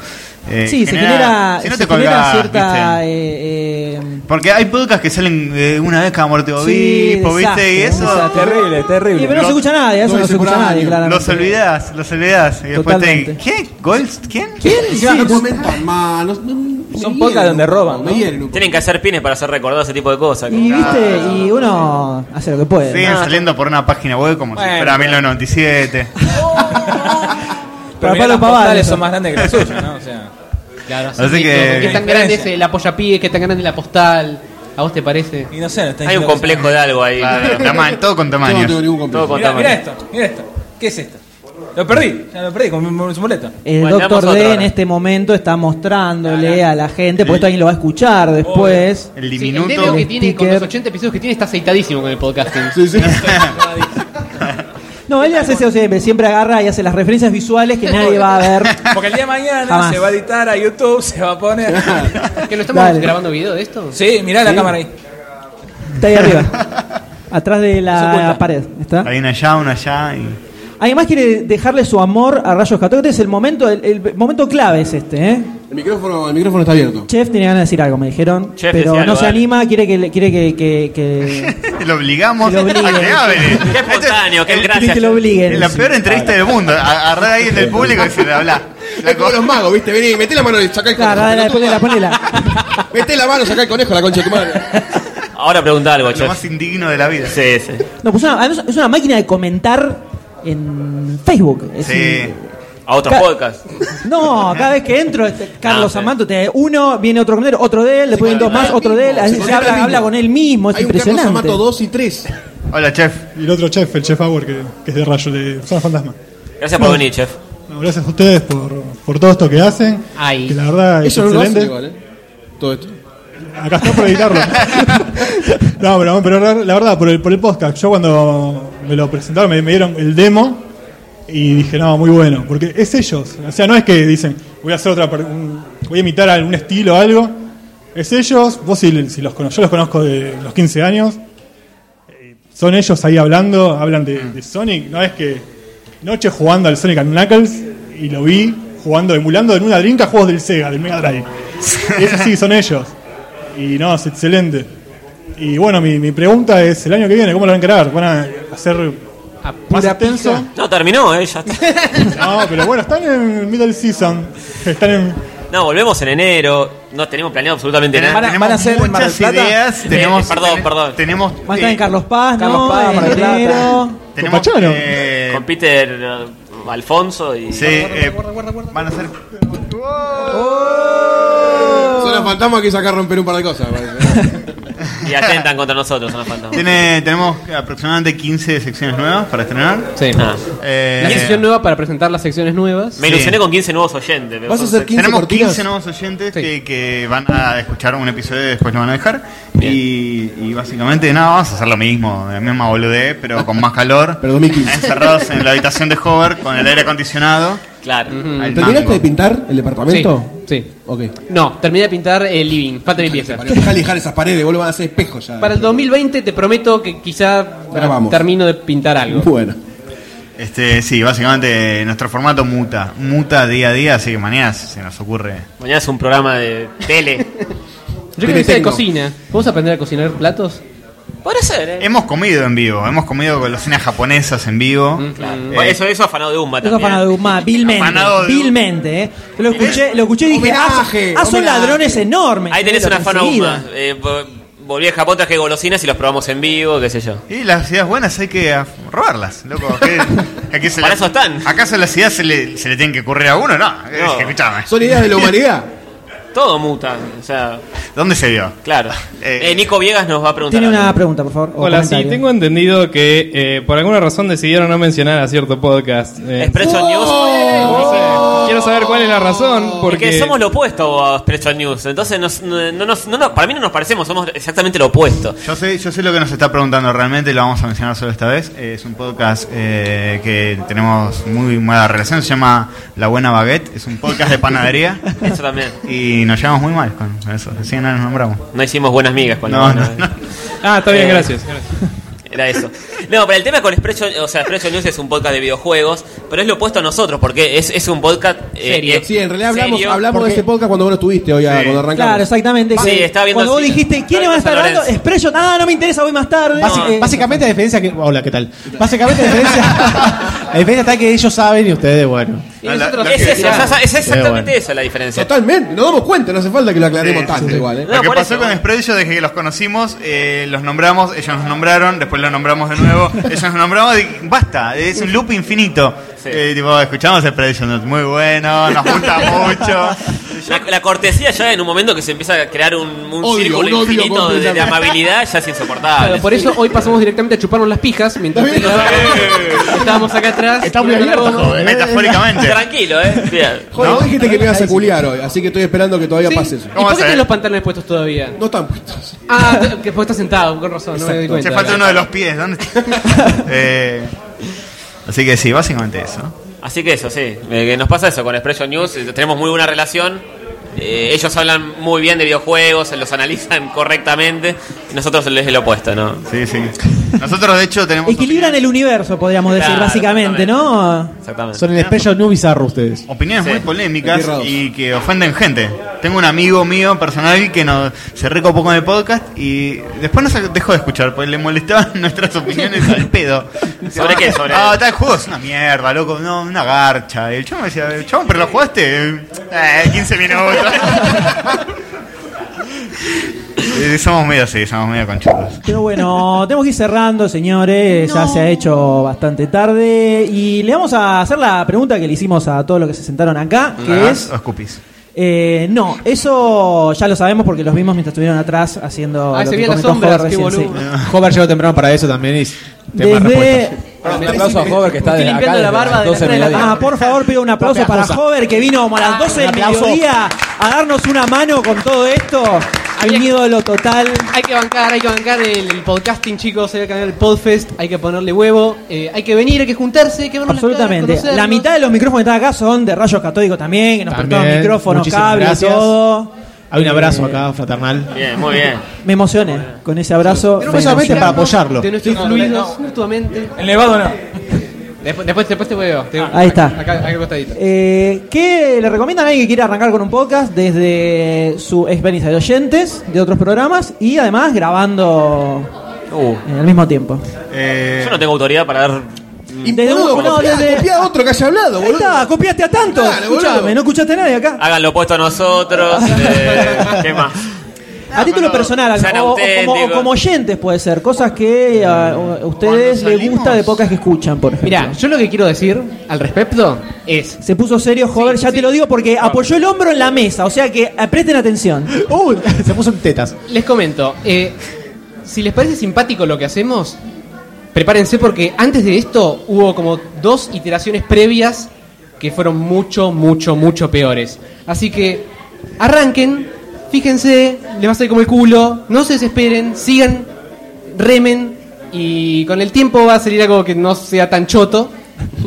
Eh,
Sí, se genera,
si no
se
te colgás,
genera cierta.
¿viste?
eh, eh,
Porque hay podcasts que salen eh, una vez cada muerte de
Sí,
obispo, ¿viste? Y
desastre,
eso.
desastre.
Terrible,
y- pero
terrible.
no se escucha nadie, eso
Lo
no
hice
se escucha
por
nadie,
año.
claramente.
Los olvidás, los olvidás. Y después te.
Totalmente.
¿Qué? ¿Golds? ¿Quién?
¿Quién?
Encima
Sí,
no
no-
comentan más. no- me- me
Son
hieren
pocas
un
donde
poco,
roban,
Me
¿no?
hieren un poco.
Tienen que hacer pines para ser recordados ese tipo de cosas.
Y viste, y uno hace lo que puede.
Siguen
¿no?
saliendo por una página web como si
Bueno,
fuera
pero-
1997.
Pero
Para
mirá,
Pablo
las
Pavada,
postales
eso.
son más grandes que las suyas, ¿no? O sea,
Claro,
Así que-
¿Qué tan grande es el apoyapie? ¿Qué tan grande es la postal? ¿A vos te parece?
y no sé, está
Hay un
diciendo que-
complejo de algo ahí.
Claro, tama- todo con
Yo no
tamaños.
tengo ningún
Todo
complejo.
con
Mirá,
tamaño.
mirá esto, mirá esto. ¿Qué es esto? Lo perdí, ya lo perdí con mi- su boleto.
El
Bueno,
doctor
damos otra
D en
hora.
este momento está mostrándole a la gente, porque esto alguien lo va a escuchar después.
El
Sí, el
diminuto.
DNO que tiene, con los
sticker.
80 episodios que tiene, está aceitadísimo con el podcasting.
Sí, sí.
No, él hace eso siempre, siempre agarra y hace las referencias visuales que nadie va a ver.
Porque el día de mañana
Jamás.
se va a editar a YouTube, se va a poner.
¿Que no estamos
Dale.
grabando video de esto?
sí, mirá la cámara ahí.
Está ahí arriba. Atrás de
Se
la
oculta.
pared. ¿Está?
Hay una allá, una allá. Y...
¿Alguien más quiere dejarle su amor a Rayos Católicos? Este Es el momento, el, el momento clave es este, ¿eh?
El micrófono, el micrófono está abierto.
Chef tiene ganas de decir algo, me dijeron.
Chef,
pero
decía
no
algo,
se
dale.
anima, quiere que. le- Quiere que, que, que-
lo obligamos
Que lo
a que
obliguen.
hable.
Qué
Esto Este es
espontáneo, qué
el-
gracias.
que lo obliguen.
La peor entrevista del mundo. A- Agarrar a alguien del público y se le habla.
Es como los magos, viste, vení, meté la mano y sacá el
Claro,
conejo.
dale, ponela, ponela.
Meté la mano, sacá el conejo, la concha de tu madre.
Ahora pregunta algo,
Lo
Chef.
más indigno de la vida.
Sí, sí.
No, pues una- además es una máquina de comentar en Facebook. Es
Sí.
A otros
Ca-
podcasts.
un- no, cada vez que entro, este, Carlos
Ah, sí.
Amato te uno, viene otro con él, otro de él, después vienen dos más, otro de él, así se habla, habla con él mismo, es
Hay un Carlos
impresionante.
Amato 2 y 3.
Hola, chef.
Y el otro chef, el chef Auer, que, que es de Rayo, de Zona Fantasma.
Gracias por venir, Chef.
No, gracias a ustedes por, por todo esto que hacen.
Ay.
Que la verdad es
Eso no lo hacen
Ah, excelente.
igual, ¿eh? Todo esto.
Acá está por editarlo. no, pero, pero la- la verdad, por el, por el podcast. Yo cuando me lo presentaron, me, me dieron el demo y dije, no, muy bueno. Porque es ellos. O sea, no es que dicen, voy a hacer otra. per- un- voy a imitar algún estilo o algo. Es ellos. Vos, si, si los cono- yo los conozco de los 15 años. Eh, Son ellos ahí hablando, hablan de, de Sonic. No es que. Noche jugando al Sonic and Knuckles y lo vi jugando, emulando en una drinka juegos del Sega, del Mega Drive. Eso sí, son ellos. Y no, es excelente. Y bueno, mi, mi pregunta es, el año que viene, ¿cómo lo van a encarar? ¿Van a hacer
A
más
pura
extenso?
pija.
No, terminó, eh, ya está.
No, pero bueno, están en middle season. Están en...
No, volvemos en enero. No tenemos planeado absolutamente
Tenemos-
nada.
van a
tenemos
hacer en Mar del
muchas
Plata?
ideas. Tenemos,
perdón,
ten-
perdón.
Tenemos,
Va a estar en
eh,
Carlos Paz,
Carlos
¿no?
Paz, Mar del
en
Plata.
enero.
tenemos,
Copachano.
eh,
Con Peter eh, Alfonso y.
sí, eh, van a hacer...
Son los fantasmas que sacar romper un par de cosas. parece.
Y atentan contra nosotros, son los fantasmas.
Tiene, tenemos aproximadamente 15 secciones nuevas para estrenar.
Sí.
Ah.
Eh,
La sección nueva para presentar las secciones nuevas.
Me
Sí.
ilusioné con 15 nuevos oyentes. pero
Vas a
son
hacer
seis.
15
Tenemos
cortinas.
15 nuevos oyentes
Sí.
que, que van a escuchar un episodio y después lo van a dejar.
Bien.
Y, y básicamente nada, vamos a hacer lo mismo, la misma boludez, pero con más calor.
Pero 2015.
Encerrados en la habitación de Hover con el aire acondicionado.
Claro.
al
¿Terminaste
mango.
de pintar el
Sí,
departamento?
sí.
Ok.
No, terminé de pintar el living, falta limpieza.
Dejá lijar esas paredes, vos lo van a hacer espejos ya.
Para el 2020 te prometo que quizá
Grabamos.
termino de pintar algo.
Bueno.
Este, sí, básicamente nuestro formato muta, muta día a día, así que mañana se nos ocurre.
Mañana es un programa de tele.
Yo creo que sea de cocina. ¿Podemos aprender a cocinar platos?
Podría ser, ¿eh?
Hemos comido en vivo, hemos comido golosinas japonesas en vivo.
Mm, Claro.
Eh,
Bueno, eso, eso afanado de Umba
Eso
también.
afanado de Guzmán, vilmente.
Afanado de-
vilmente, eh. Yo lo escuché, lo escuché y dije, ah,
Homenaje,
ah, son
homenaje.
ladrones enormes.
Ahí tenés
Lo
una
que
afano
enseguida.
Umba. Eh, vo- volví a Japón, traje golosinas y los probamos en vivo, qué sé yo.
Y las ideas buenas hay que af- robarlas, loco. que- aquí se
Para
la-
eso están.
¿Acaso las ideas se le, se le tienen que ocurrir a uno? No, eh,
No.
escuchame.
¿Son ideas de la humanidad?
Todo muta, o sea,
¿Dónde se vio?
claro.
Eh,
Eh, Nico Viegas nos va a preguntar.
Tiene una
algo.
pregunta, por favor. o
Hola, sí,
comentario.
tengo entendido que eh, por alguna razón decidieron no mencionar a cierto podcast. eh,
Expresso
¡Oh!
News.
no sé, quiero saber cuál es la razón, porque...
Porque somos lo opuesto a Spreadshot News. Entonces, nos- no, no nos- no nos- para mí no nos parecemos, somos exactamente lo opuesto.
Yo sé, yo sé lo que nos está preguntando realmente, lo vamos a mencionar solo esta vez. Eh, Es un podcast eh, que tenemos muy mala relación, se llama La Buena Baguette, es un podcast de panadería
Eso también.
y nos llevamos muy mal con eso, así que no nos nombramos.
No hicimos buenas migas con la
No,
banda.
no, no.
Ah, está
Eh,
bien, gracias.
Era eso. No, pero el tema con Spreadshot, o sea, Spreadshot News es un podcast de videojuegos, pero es lo opuesto a nosotros, porque es, es un podcast... eh, eh,
Sí, en realidad hablamos,
serio.
hablamos de este podcast cuando vos no estuviste hoy, ah,
Sí.
cuando arrancamos.
Claro, exactamente.
Sí,
Que
estaba viendo
Cuando vos
así.
dijiste, ¿quiénes van a estar
San
hablando?
Lorenzo.
Expreso, ah, no me interesa, voy más tarde.
Basi-
No.
eh, Básicamente la diferencia que... Hola, ¿qué tal? Básicamente la diferencia, la diferencia está que ellos saben y ustedes, bueno.
Y nosotros-
Lo
Es,
este
que-
eso, es- es exactamente
bueno.
esa la diferencia.
Totalmente, nos damos cuenta, no hace falta que lo aclaremos
Sí,
tanto
sí, sí.
igual, ¿eh?
No,
Lo que
por
pasó
eso.
con Spread, yo desde que los conocimos, eh, los nombramos, ellos nos nombraron, después los nombramos de nuevo, ellos nos nombramos y basta, es un loop infinito.
Sí.
Eh, tipo, escuchamos Spread, muy bueno, nos gusta mucho.
La, la cortesía ya en un momento que se empieza a crear un, un
Odio, un
círculo
odio
infinito de, de
completamente.
amabilidad ya es insoportable.
Claro, por eso hoy pasamos directamente a chuparnos las pijas mientras
Está bien.
grabábamos. estábamos acá atrás.
Está muy abierto, joven. ¿eh?
pues.
Metafóricamente.
Tranquilo, eh. Bien.
Joder, vos dijiste que me ibas a culiar hoy, así que estoy esperando que todavía
Sí.
pase eso.
¿Y
¿Cómo
por
vas
qué
a
tenés
ver?
los pantalones puestos todavía?
No están puestos.
Ah, te- que vos estás sentado, con razón, no me doy cuenta.
Se falta uno de los pies, ¿dónde está? Eh, así que sí, básicamente eso.
Así que eso, sí. Eh, que nos pasa eso con Expression News. eh, Tenemos muy buena relación. Eh, ellos hablan muy bien de videojuegos, los analizan correctamente. Y nosotros les el opuesto, ¿no?
Sí, sí. Nosotros, de hecho, tenemos.
Equilibran el universo, podríamos decir,
Claro,
básicamente, ¿no?
Exactamente.
Son el espejo no bizarro ustedes.
Opiniones
Sí.
muy polémicas
Entierrados.
y que ofenden gente. Tengo un amigo mío personal que nos, se recopó con el podcast y después nos dejó de escuchar porque le molestaban nuestras opiniones al pedo.
¿Sobre qué? Sobre-
Ah, tal juego es una mierda, loco, no, una garcha. Y el chavo me decía, chabón, pero lo jugaste eh, 15 minutos. Eh, somos medio así, somos medio conchudos.
Pero bueno, tenemos que ir cerrando, señores. Ya se ha hecho bastante tarde. Y le vamos a hacer la pregunta que le hicimos a todos los que se sentaron acá, que
¿Cagás
es...
o escupís?
Eh, no, eso ya lo sabemos porque los vimos mientras estuvieron atrás haciendo...
Ah,
lo
se
que
veían las
comentó
sombras,
Jorge
qué
recién,
boludo.
Hover llegó temprano para eso también y tema de
Desde...
respuesta.
Perdón, un aplauso a Hover que está
Estoy
de acá
limpiando la
desde las
barba de la
12 del
entrada de la-
mediodía.
Ah, por favor, pido un aplauso para Hover que vino como a
Ah,
las 12 del
aplauso.
mediodía a darnos una mano con todo esto. Hay ídolo total.
Hay que bancar, hay que bancar el, el podcasting, chicos. Hay que ganar el Podfest, hay que ponerle huevo. eh, hay que venir, hay que juntarse, hay que vernos las caras,
Absolutamente. La
conocernos.
mitad de los micrófonos que están acá son de rayos catódicos también, que nos
También,
prestaron micrófonos,
muchísimas
cables,
gracias.
todo.
Hay un abrazo
Eh,
acá, fraternal.
Bien, muy bien.
Me emocioné con ese abrazo.
Pero
me
solamente
emocioné.
para apoyarlo.
De nuestros fluidos, mutuamente.
El nevado no.
Después, después, después te veo. te-
ahí está.
Acá, acá al costadito.
Eh, ¿Qué le recomiendan a alguien que quiera arrancar con un podcast desde su experiencia de oyentes de otros programas y además grabando
Uh,
eh, al mismo tiempo?
Eh,
yo no tengo autoridad para dar.
Y
Desde
boludo,
un- no,
copiá-
desde-
copiá a otro que haya hablado,
Ahí
boludo.
está, copiaste a tanto.
Claro,
Escuchame,
boludo.
no escuchaste a nadie acá.
Hagan lo opuesto a nosotros. eh, ¿Qué más?
A título
cuando
personal,
sean
o- o, como, o
auténticos.
como oyentes puede ser, cosas que a, a ustedes
Cuando
les gusta
salimos-
de pocas que escuchan, por ejemplo.
Mira, yo lo que quiero decir al respecto es.
Se puso serio, joder,
Sí,
ya
sí.
te lo digo porque apoyó el hombro en la mesa, o sea que eh, presten atención.
Uh, se puso en tetas.
Les comento, eh, si les parece simpático lo que hacemos, prepárense porque antes de esto hubo como dos iteraciones previas que fueron mucho, mucho, mucho peores. Así que arranquen, fíjense, les va a salir como el culo, no se desesperen, sigan, remen y con el tiempo va a salir algo que no sea tan choto.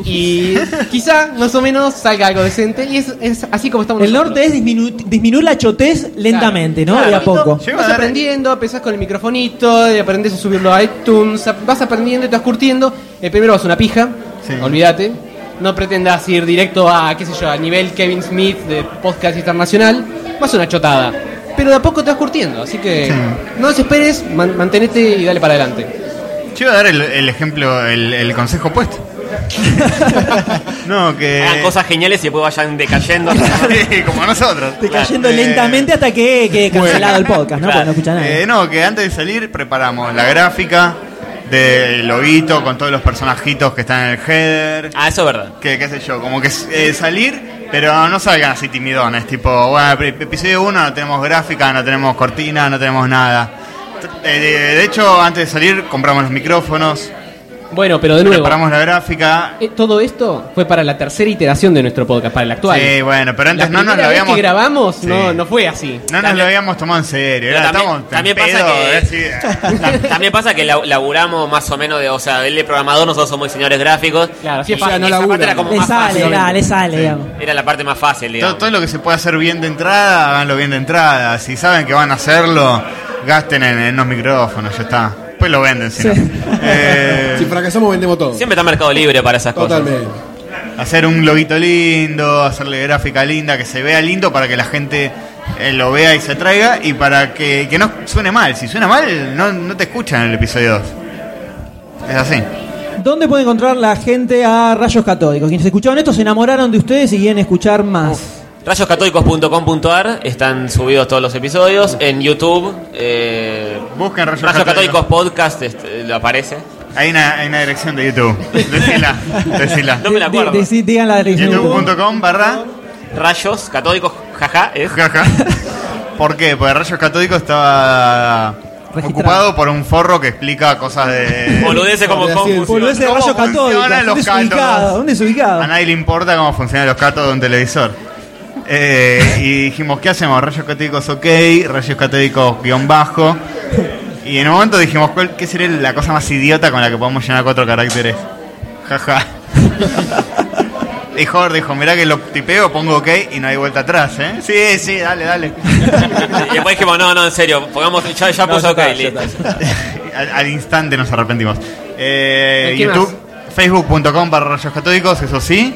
Y quizá, más o menos, salga algo decente. Y es, es así como estamos
El
nosotros.
norte es disminu- disminuir la chotez lentamente, ¿no?
Claro,
de a poco.
Yo iba a
Vas
dar-
aprendiendo, empezás con el microfonito, y aprendes a subirlo a iTunes, vas aprendiendo y te vas curtiendo. El Eh, primero vas a una pija, olvídate. No pretendas ir directo a, qué sé yo, a nivel Kevin Smith de podcast internacional, vas a una chotada. Pero de a poco te vas curtiendo, así que no desesperes, man- mantenete y dale para adelante.
Yo iba a dar el, el ejemplo, el, el consejo opuesto. no, que.
Hagan cosas geniales y después vayan decayendo.
como nosotros.
Decayendo
Claro.
lentamente hasta que quede cancelado el podcast, ¿no? Porque no escucha nada.
Eh, no, que antes de salir preparamos la gráfica del loguito con todos los personajitos que están en el header.
Ah, eso es verdad.
Que qué sé yo, como que eh, salir, pero no salgan así timidones. Tipo, bueno, pre- episodio 1 no tenemos gráfica, no tenemos cortina, no tenemos nada. Eh, de, de hecho, antes de salir compramos los micrófonos.
Bueno, pero de nuevo.
Preparamos la gráfica.
Eh, Todo esto fue para la tercera iteración de nuestro podcast, para el actual.
Sí, bueno, pero antes
La
no nos
primera
lo
vez
habíamos.
que grabamos
Sí.
no, no fue así.
No nos lo habíamos tomado en serio.
Pero
Era,
también-
estamos en
también pasa
pedo,
que-
eh, sí.
Ta- También pasa que la- laburamos más o menos de, o sea, él es programador, nosotros somos diseñadores gráficos.
Claro,
Y
sí,
esa
no
parte
labura.
era como
Le
más
sale,
fácil.
dale, le sale, digamos.
Era la parte más fácil,
Todo,
digamos.
todo lo que se puede hacer bien de entrada, háganlo bien de entrada. Si saben que van a hacerlo, gasten en, en los micrófonos, ya está. Después lo venden, si no. Eh,
Si fracasamos, vendemos todo.
Siempre está Mercado Libre para esas cosas.
Totalmente.
hacer un loguito lindo, hacerle gráfica linda, que se vea lindo para que la gente eh, lo vea y se traiga y para que, que no suene mal. Si suena mal, no, no te escuchan en el episodio 2. Es así.
¿Dónde puede encontrar la gente a Rayos Catódicos? Quienes escucharon esto se enamoraron de ustedes y quieren escuchar más.
Rayoscatólicos.com.ar están subidos todos los episodios. En YouTube, eh,
Busquen Rayos
Rayos
Católicos.
Católicos Podcast este, lo aparece.
Hay una, hay una dirección de YouTube. Decila, decila.
No me la
De-
acuerdo.
de- decí- digan la dirección.
YouTube.com barra
Rayos Católicos, jaja, es.
Jaja. ¿Por qué? Porque Rayos Catódicos estaba
Registrado.
ocupado por un forro que explica cosas de...
Boludece como
Podría
Confus.
decir,
Boludez de
¿Cómo
Rayos
funcionan
Catódicos.
los
¿Dónde es ubicado?
cátodos?
¿Dónde es ubicado?
A nadie le importa cómo funcionan los cátodos de un televisor. Eh, y dijimos, ¿qué hacemos? Rayos Catódicos ok, Rayos Catódicos guión bajo. Y en un momento dijimos, ¿cuál, ¿qué sería la cosa más idiota con la que podemos llenar cuatro caracteres? Jaja. Y Jorge dijo, mirá que lo tipeo, pongo ok y no hay vuelta atrás, ¿eh? Sí, sí, dale, dale.
Y después dijimos, no, no, en serio, pongamos, ya, ya
No,
puso
ya
ok,
está, ya
listo.
está.
al, al instante nos arrepentimos. Eh,
¿Y qué
YouTube, facebook.com para rayos catódicos, eso sí.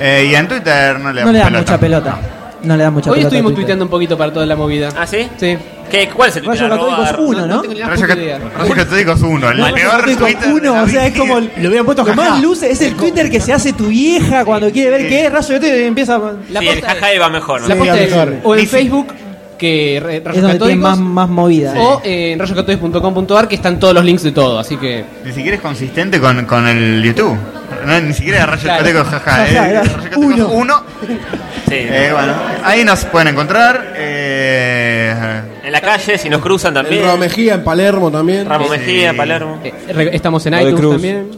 Eh, y en Twitter no le
No le dan
damos
mucha pelota. No le dan mucha
Hoy
pelota.
estuvimos
a Twitter.
tuiteando un poquito para toda la movida.
¿Ah, sí?
Sí.
¿Qué, ¿Cuál es el Twitter?
Rayos
Arroba-
Católicos uno, ¿no?
tengo ni la
Rayos,
puta
Cat-
idea.
Rayos catódicos 1, el
Rayos
peor
Catódicos
Twitter. de
uno,
la
o sea, es
vida.
como el-
Lo hubieran puesto
Lo más
jamás.
luce es el Twitter que se hace tu vieja cuando quiere ver qué es Rayos Catódicos y empieza a...
La
sí, el
posta-
jaja va mejor. ¿no?
La posta
Sí,
es,
mejor.
o en
Dice-
Facebook, que re-
Es
Rayos
donde tiene más,
Catódicos,
más movida.
o eh, en rayoscatódicos.com.ar, que están todos los links de todo, así que...
Ni siquiera es consistente con, con el YouTube. No, ni siquiera rayos
Claro.
católicos, jaja. eh,
Jaja, era
Rayos católicos
uno.
1.
Sí.
Eh, bueno, ahí nos pueden encontrar. Eh,
En la calle, si nos cruzan
En
también.
Ramos Mejía, en Palermo también.
Ramos
Sí.
Mejía, Palermo.
eh, re- estamos en
Lo de
iTunes
Cruz.
también.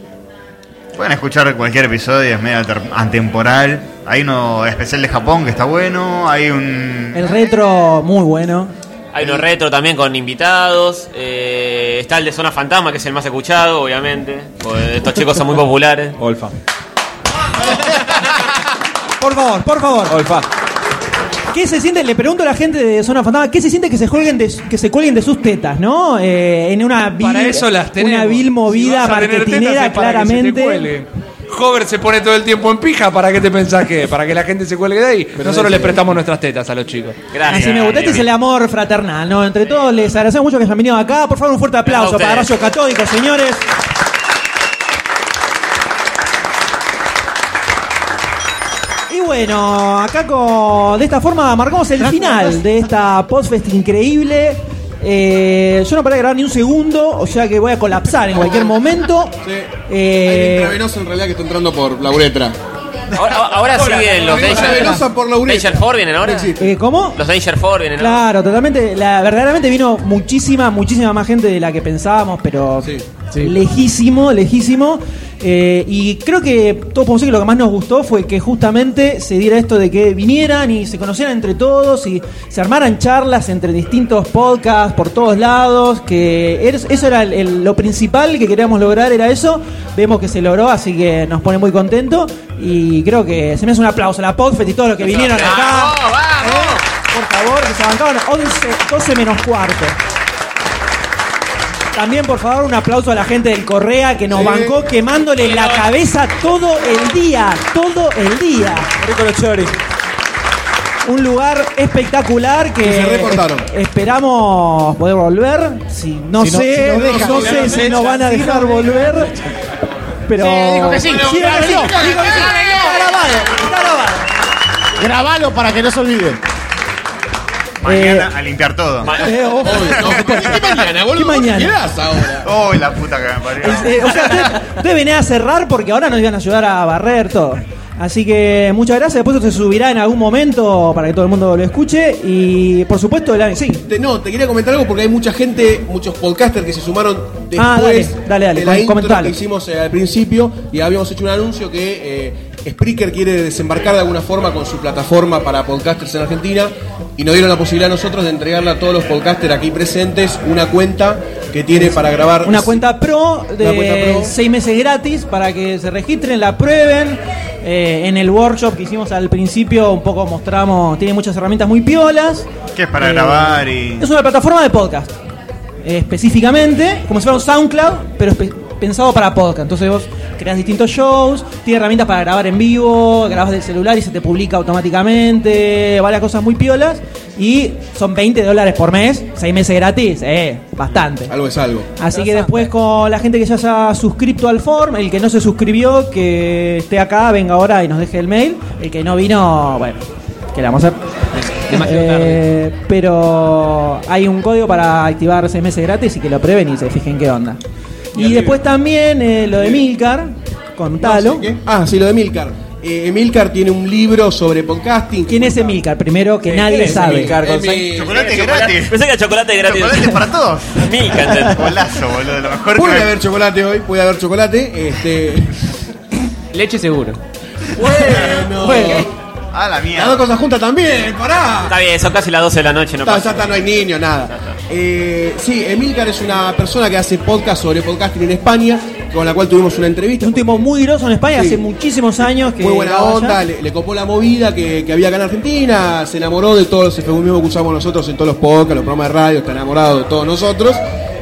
pueden escuchar cualquier episodio, es medio ater- atemporal. Hay uno especial de Japón que está bueno. Hay un.
El retro, muy bueno.
Hay unos retro también con invitados. eh, está el de Zona Fantasma, que es el más escuchado, obviamente. porque estos chicos son muy
Ah,
populares.
Olfa.
Por favor, por favor.
Olfa.
¿Qué se siente? Le pregunto a la gente de Zona Fantasma, ¿qué se siente que se cuelguen de, que se cuelguen de sus tetas, no? Eh, en una vil,
Para eso las tenemos.
una vil movida
Si vas a tener tetas
marketinera,
es para que se te
claramente.
cuelguen. Hover se pone todo el tiempo en pija, ¿para qué te pensás que? Para que la gente se cuelgue de ahí. Nosotros les prestamos nuestras tetas a los chicos.
Gracias.
Así me gusta, este es el
Bien.
amor fraternal, ¿no? Entre todos les agradecemos mucho que hayan venido acá. Por favor, un fuerte aplauso
Gracias a
para Rayos
ustedes.
Catódicos, señores. Y bueno, acá con, de esta forma marcamos el final de esta Podfest increíble. Eh, yo no paré de grabar ni un segundo, o sea que voy a colapsar en cualquier momento.
Hay un
Eh,
intravenoso en realidad que está entrando por la uretra.
Ahora, ahora siguen los
Una venosa por la
Danger.
uretra.
Danger Four vienen ahora.
No existe.
eh, ¿Cómo?
Los Danger Four vienen ahora.
Claro, totalmente. La, verdaderamente vino muchísima, muchísima más gente de la que pensábamos, pero
Sí,
lejísimo, lejísimo. Eh, y creo que todos podemos decir que lo que más nos gustó fue que justamente se diera esto de que vinieran y se conocieran entre todos y se armaran charlas entre distintos podcasts por todos lados, que er- eso era el- el- lo principal que queríamos lograr, era eso. Vemos que se logró, así que nos pone muy contento y creo que se me hace un aplauso a la Podfest y todos los que vinieron acá.
¡Vamos, vamos!
Por favor, que se bancaban 11, 12 menos cuarto. También, por favor, un aplauso a la gente del Correa que nos bancó quemándole la cabeza todo el día, todo el día. Un lugar espectacular que
Que se reportaron.
es- esperamos poder volver. Si no
Si no-
sé,
si
no,
nos dejan, si
sé
nos
si
dejan,
nos van a
si nos
dejar
dejan.
volver. Pero Sí, arregló, dijo que sí.
Grabalo para que no se olvide.
Mañana a limpiar todo.
Eh, ojo.
¿Qué mañana,
boludo? ¿Qué mañana? ¿Qué das
ahora? Oh, la puta que me parió.
Eh, o sea, ustedes- ustedes venían a cerrar porque ahora nos iban a ayudar a barrer todo. Así que muchas gracias. Después se subirá en algún momento para que todo el mundo lo escuche. Y por supuesto, el año. Sí.
Te- no, te quería comentar algo porque hay mucha gente, muchos podcasters que se sumaron después
Ah, dale, dale, dale,
de la
com-
intro
comentalo.
que hicimos eh, al principio y habíamos hecho un anuncio que eh, Spreaker quiere desembarcar de alguna forma con su plataforma para podcasters en Argentina y nos dieron la posibilidad a nosotros de entregarle a todos los podcasters aquí presentes una cuenta que tiene para grabar
Una cuenta pro
Una cuenta
de
pro.
seis meses gratis para que se registren, la prueben. Eh, en el workshop que hicimos al principio, un poco mostramos, tiene muchas herramientas muy piolas.
Que es para
Eh,
grabar y.
Es una plataforma de podcast. eh, específicamente, como si fuera un SoundCloud, pero espe- pensado para podcast. Entonces vos creas distintos shows, tiene herramientas para grabar en vivo, grabas del celular y se te publica automáticamente, varias cosas muy piolas. Y son 20 dólares por mes, 6 meses gratis, eh, bastante.
Algo es algo.
Así que después con la gente que ya se ha suscrito al form, el que no se suscribió, que esté acá, venga ahora y nos deje el mail. El que no vino, bueno, que le vamos a hacer. Eh, pero hay un código para activar seis meses gratis y que lo prueben y se fijen qué onda. Y, después también eh, lo de Milcar, contalo.
Ah, sí, lo de Milcar. Eh, Emilcar tiene un libro sobre podcasting.
¿Quién es Emilcar? Primero que nadie
¿quién es
sabe.
Emilcar González?
Emi-
Chocolate Eh, gratis.
Pensé que era chocolate gratis.
Chocolate para todos.
Milka,
Golazo, boludo. Lo mejor que
Puede
me-
haber chocolate hoy, puede haber chocolate. Este...
Leche seguro.
Bueno.
A la
Las dos cosas juntas también, pará.
Está bien, son casi las 12 de la noche, no
Está,
pasa.
ya está, no hay niños, nada. Eh, sí, Emilcar es una persona que hace podcast sobre podcasting en España, con la cual tuvimos una entrevista.
Un tipo muy groso en España
Sí.
hace muchísimos años que
Muy buena
va
onda,
allá.
le, le copó la movida que, que había acá en Argentina, se enamoró de todos los eufemismos que usamos nosotros en todos los podcasts, los programas de radio, está enamorado de todos nosotros,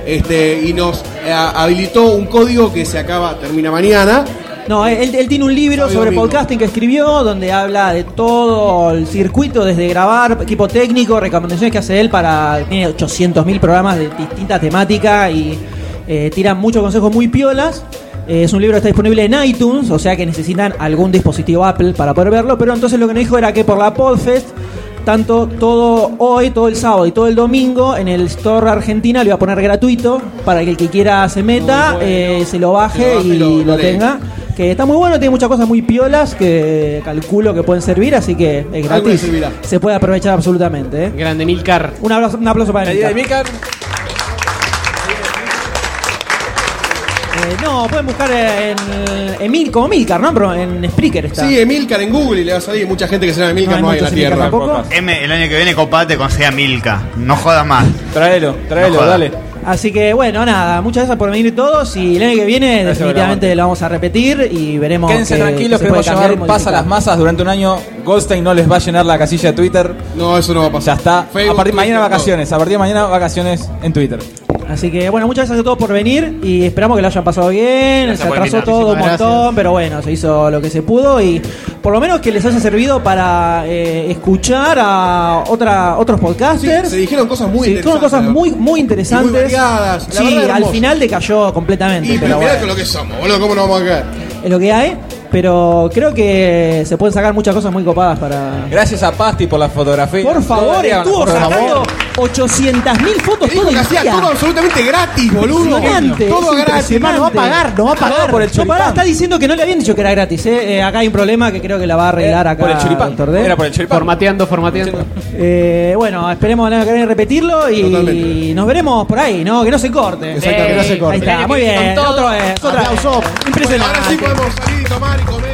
este, y nos eh, habilitó un código que se acaba, termina mañana.
No, él, él tiene un libro
Sábado y
sobre
domingo.
podcasting que escribió, donde habla de todo el circuito, desde grabar, equipo técnico, recomendaciones que hace él para... Tiene 800.000 programas de distintas temáticas y eh, tira muchos consejos muy piolas. Eh, es un libro que está disponible en iTunes, o sea que necesitan algún dispositivo Apple para poder verlo, pero entonces lo que nos dijo era que por la Podfest, tanto todo hoy, todo el sábado y todo el domingo, en el Store Argentina lo iba a poner gratuito para que el que quiera se meta, eh, se lo baje
Se lo baje
y
y
lo,
lo- lo lee.
tenga. Que está muy bueno, tiene muchas cosas muy piolas que calculo que pueden servir, así que es
Algo le
gratis.
servirá.
Se puede aprovechar absolutamente. ¿eh?
Grande Milcar.
Un aplauso, un aplauso para Milcar. Eh, no, pueden buscar en, en Mil, como Milcar, ¿no? Pero en Spreaker está.
Sí, Emilcar en Google y le va a salir mucha gente que se llama Emilcar,
No hay
no, hay en la
muchos Emilcar
tierra.
tampoco.
M, el año que viene copate con sea Milka. No jodas más.
Traelo, traelo,
jodas.
dale.
Así que bueno, nada, muchas gracias por venir todos y el año que viene
Gracias,
definitivamente lo vamos a repetir y veremos.
Quédense
qué-
tranquilos,
qué se puede
queremos
cambiar y
llevar paz a
modificar.
las masas durante un año. Goldstein no les va a llenar la casilla de Twitter.
No, eso no va a pasar.
Ya está.
Facebook,
a partir mañana
Twitter,
vacaciones, a partir de mañana vacaciones en Twitter.
Así que bueno, muchas gracias a todos por venir y esperamos que lo hayan pasado bien.
Gracias
se
por
atrasó
invitar,
todo un
muchísimas
montón, pero bueno, se hizo lo que se pudo y por lo menos que les haya servido para eh, escuchar a otra, otros podcasters.
se dijeron cosas muy
Se dijeron
interesantes,
cosas muy, muy interesantes.
Y muy variadas, la
sí,
verdad,
al
hermoso.
final decayó completamente.
Y
pero
mirá
bueno.
con lo que somos, boludo, ¿cómo nos vamos a caer?
es lo que hay, pero creo que se pueden sacar muchas cosas muy copadas para.
Gracias a Pasti por la fotografía.
Por favor,
Todavía,
estuvo
por
sacando
favor.
800.000 fotos
Te dijo
todo el
que hacía
día.
todo absolutamente gratis, boludo.
Impresionante,
todo
es
gratis.
impresionante.
Hermano,
No, por el no, pará, está diciendo que no le habían dicho que era gratis. eh. Eh, acá hay un problema que creo que la va a arreglar acá.
por el choripán.
doctor D.
Era por el choripán.
Formateando, formateando.
Eh, bueno, esperemos que querer repetirlo y nos veremos por ahí, ¿no? Que no se corte.
Exacto, que no se corte.
Ahí está, muy bien. Otro, eh, otra-
Aplauso.
Impresionante.
Ahora sí podemos salir y tomar y comer.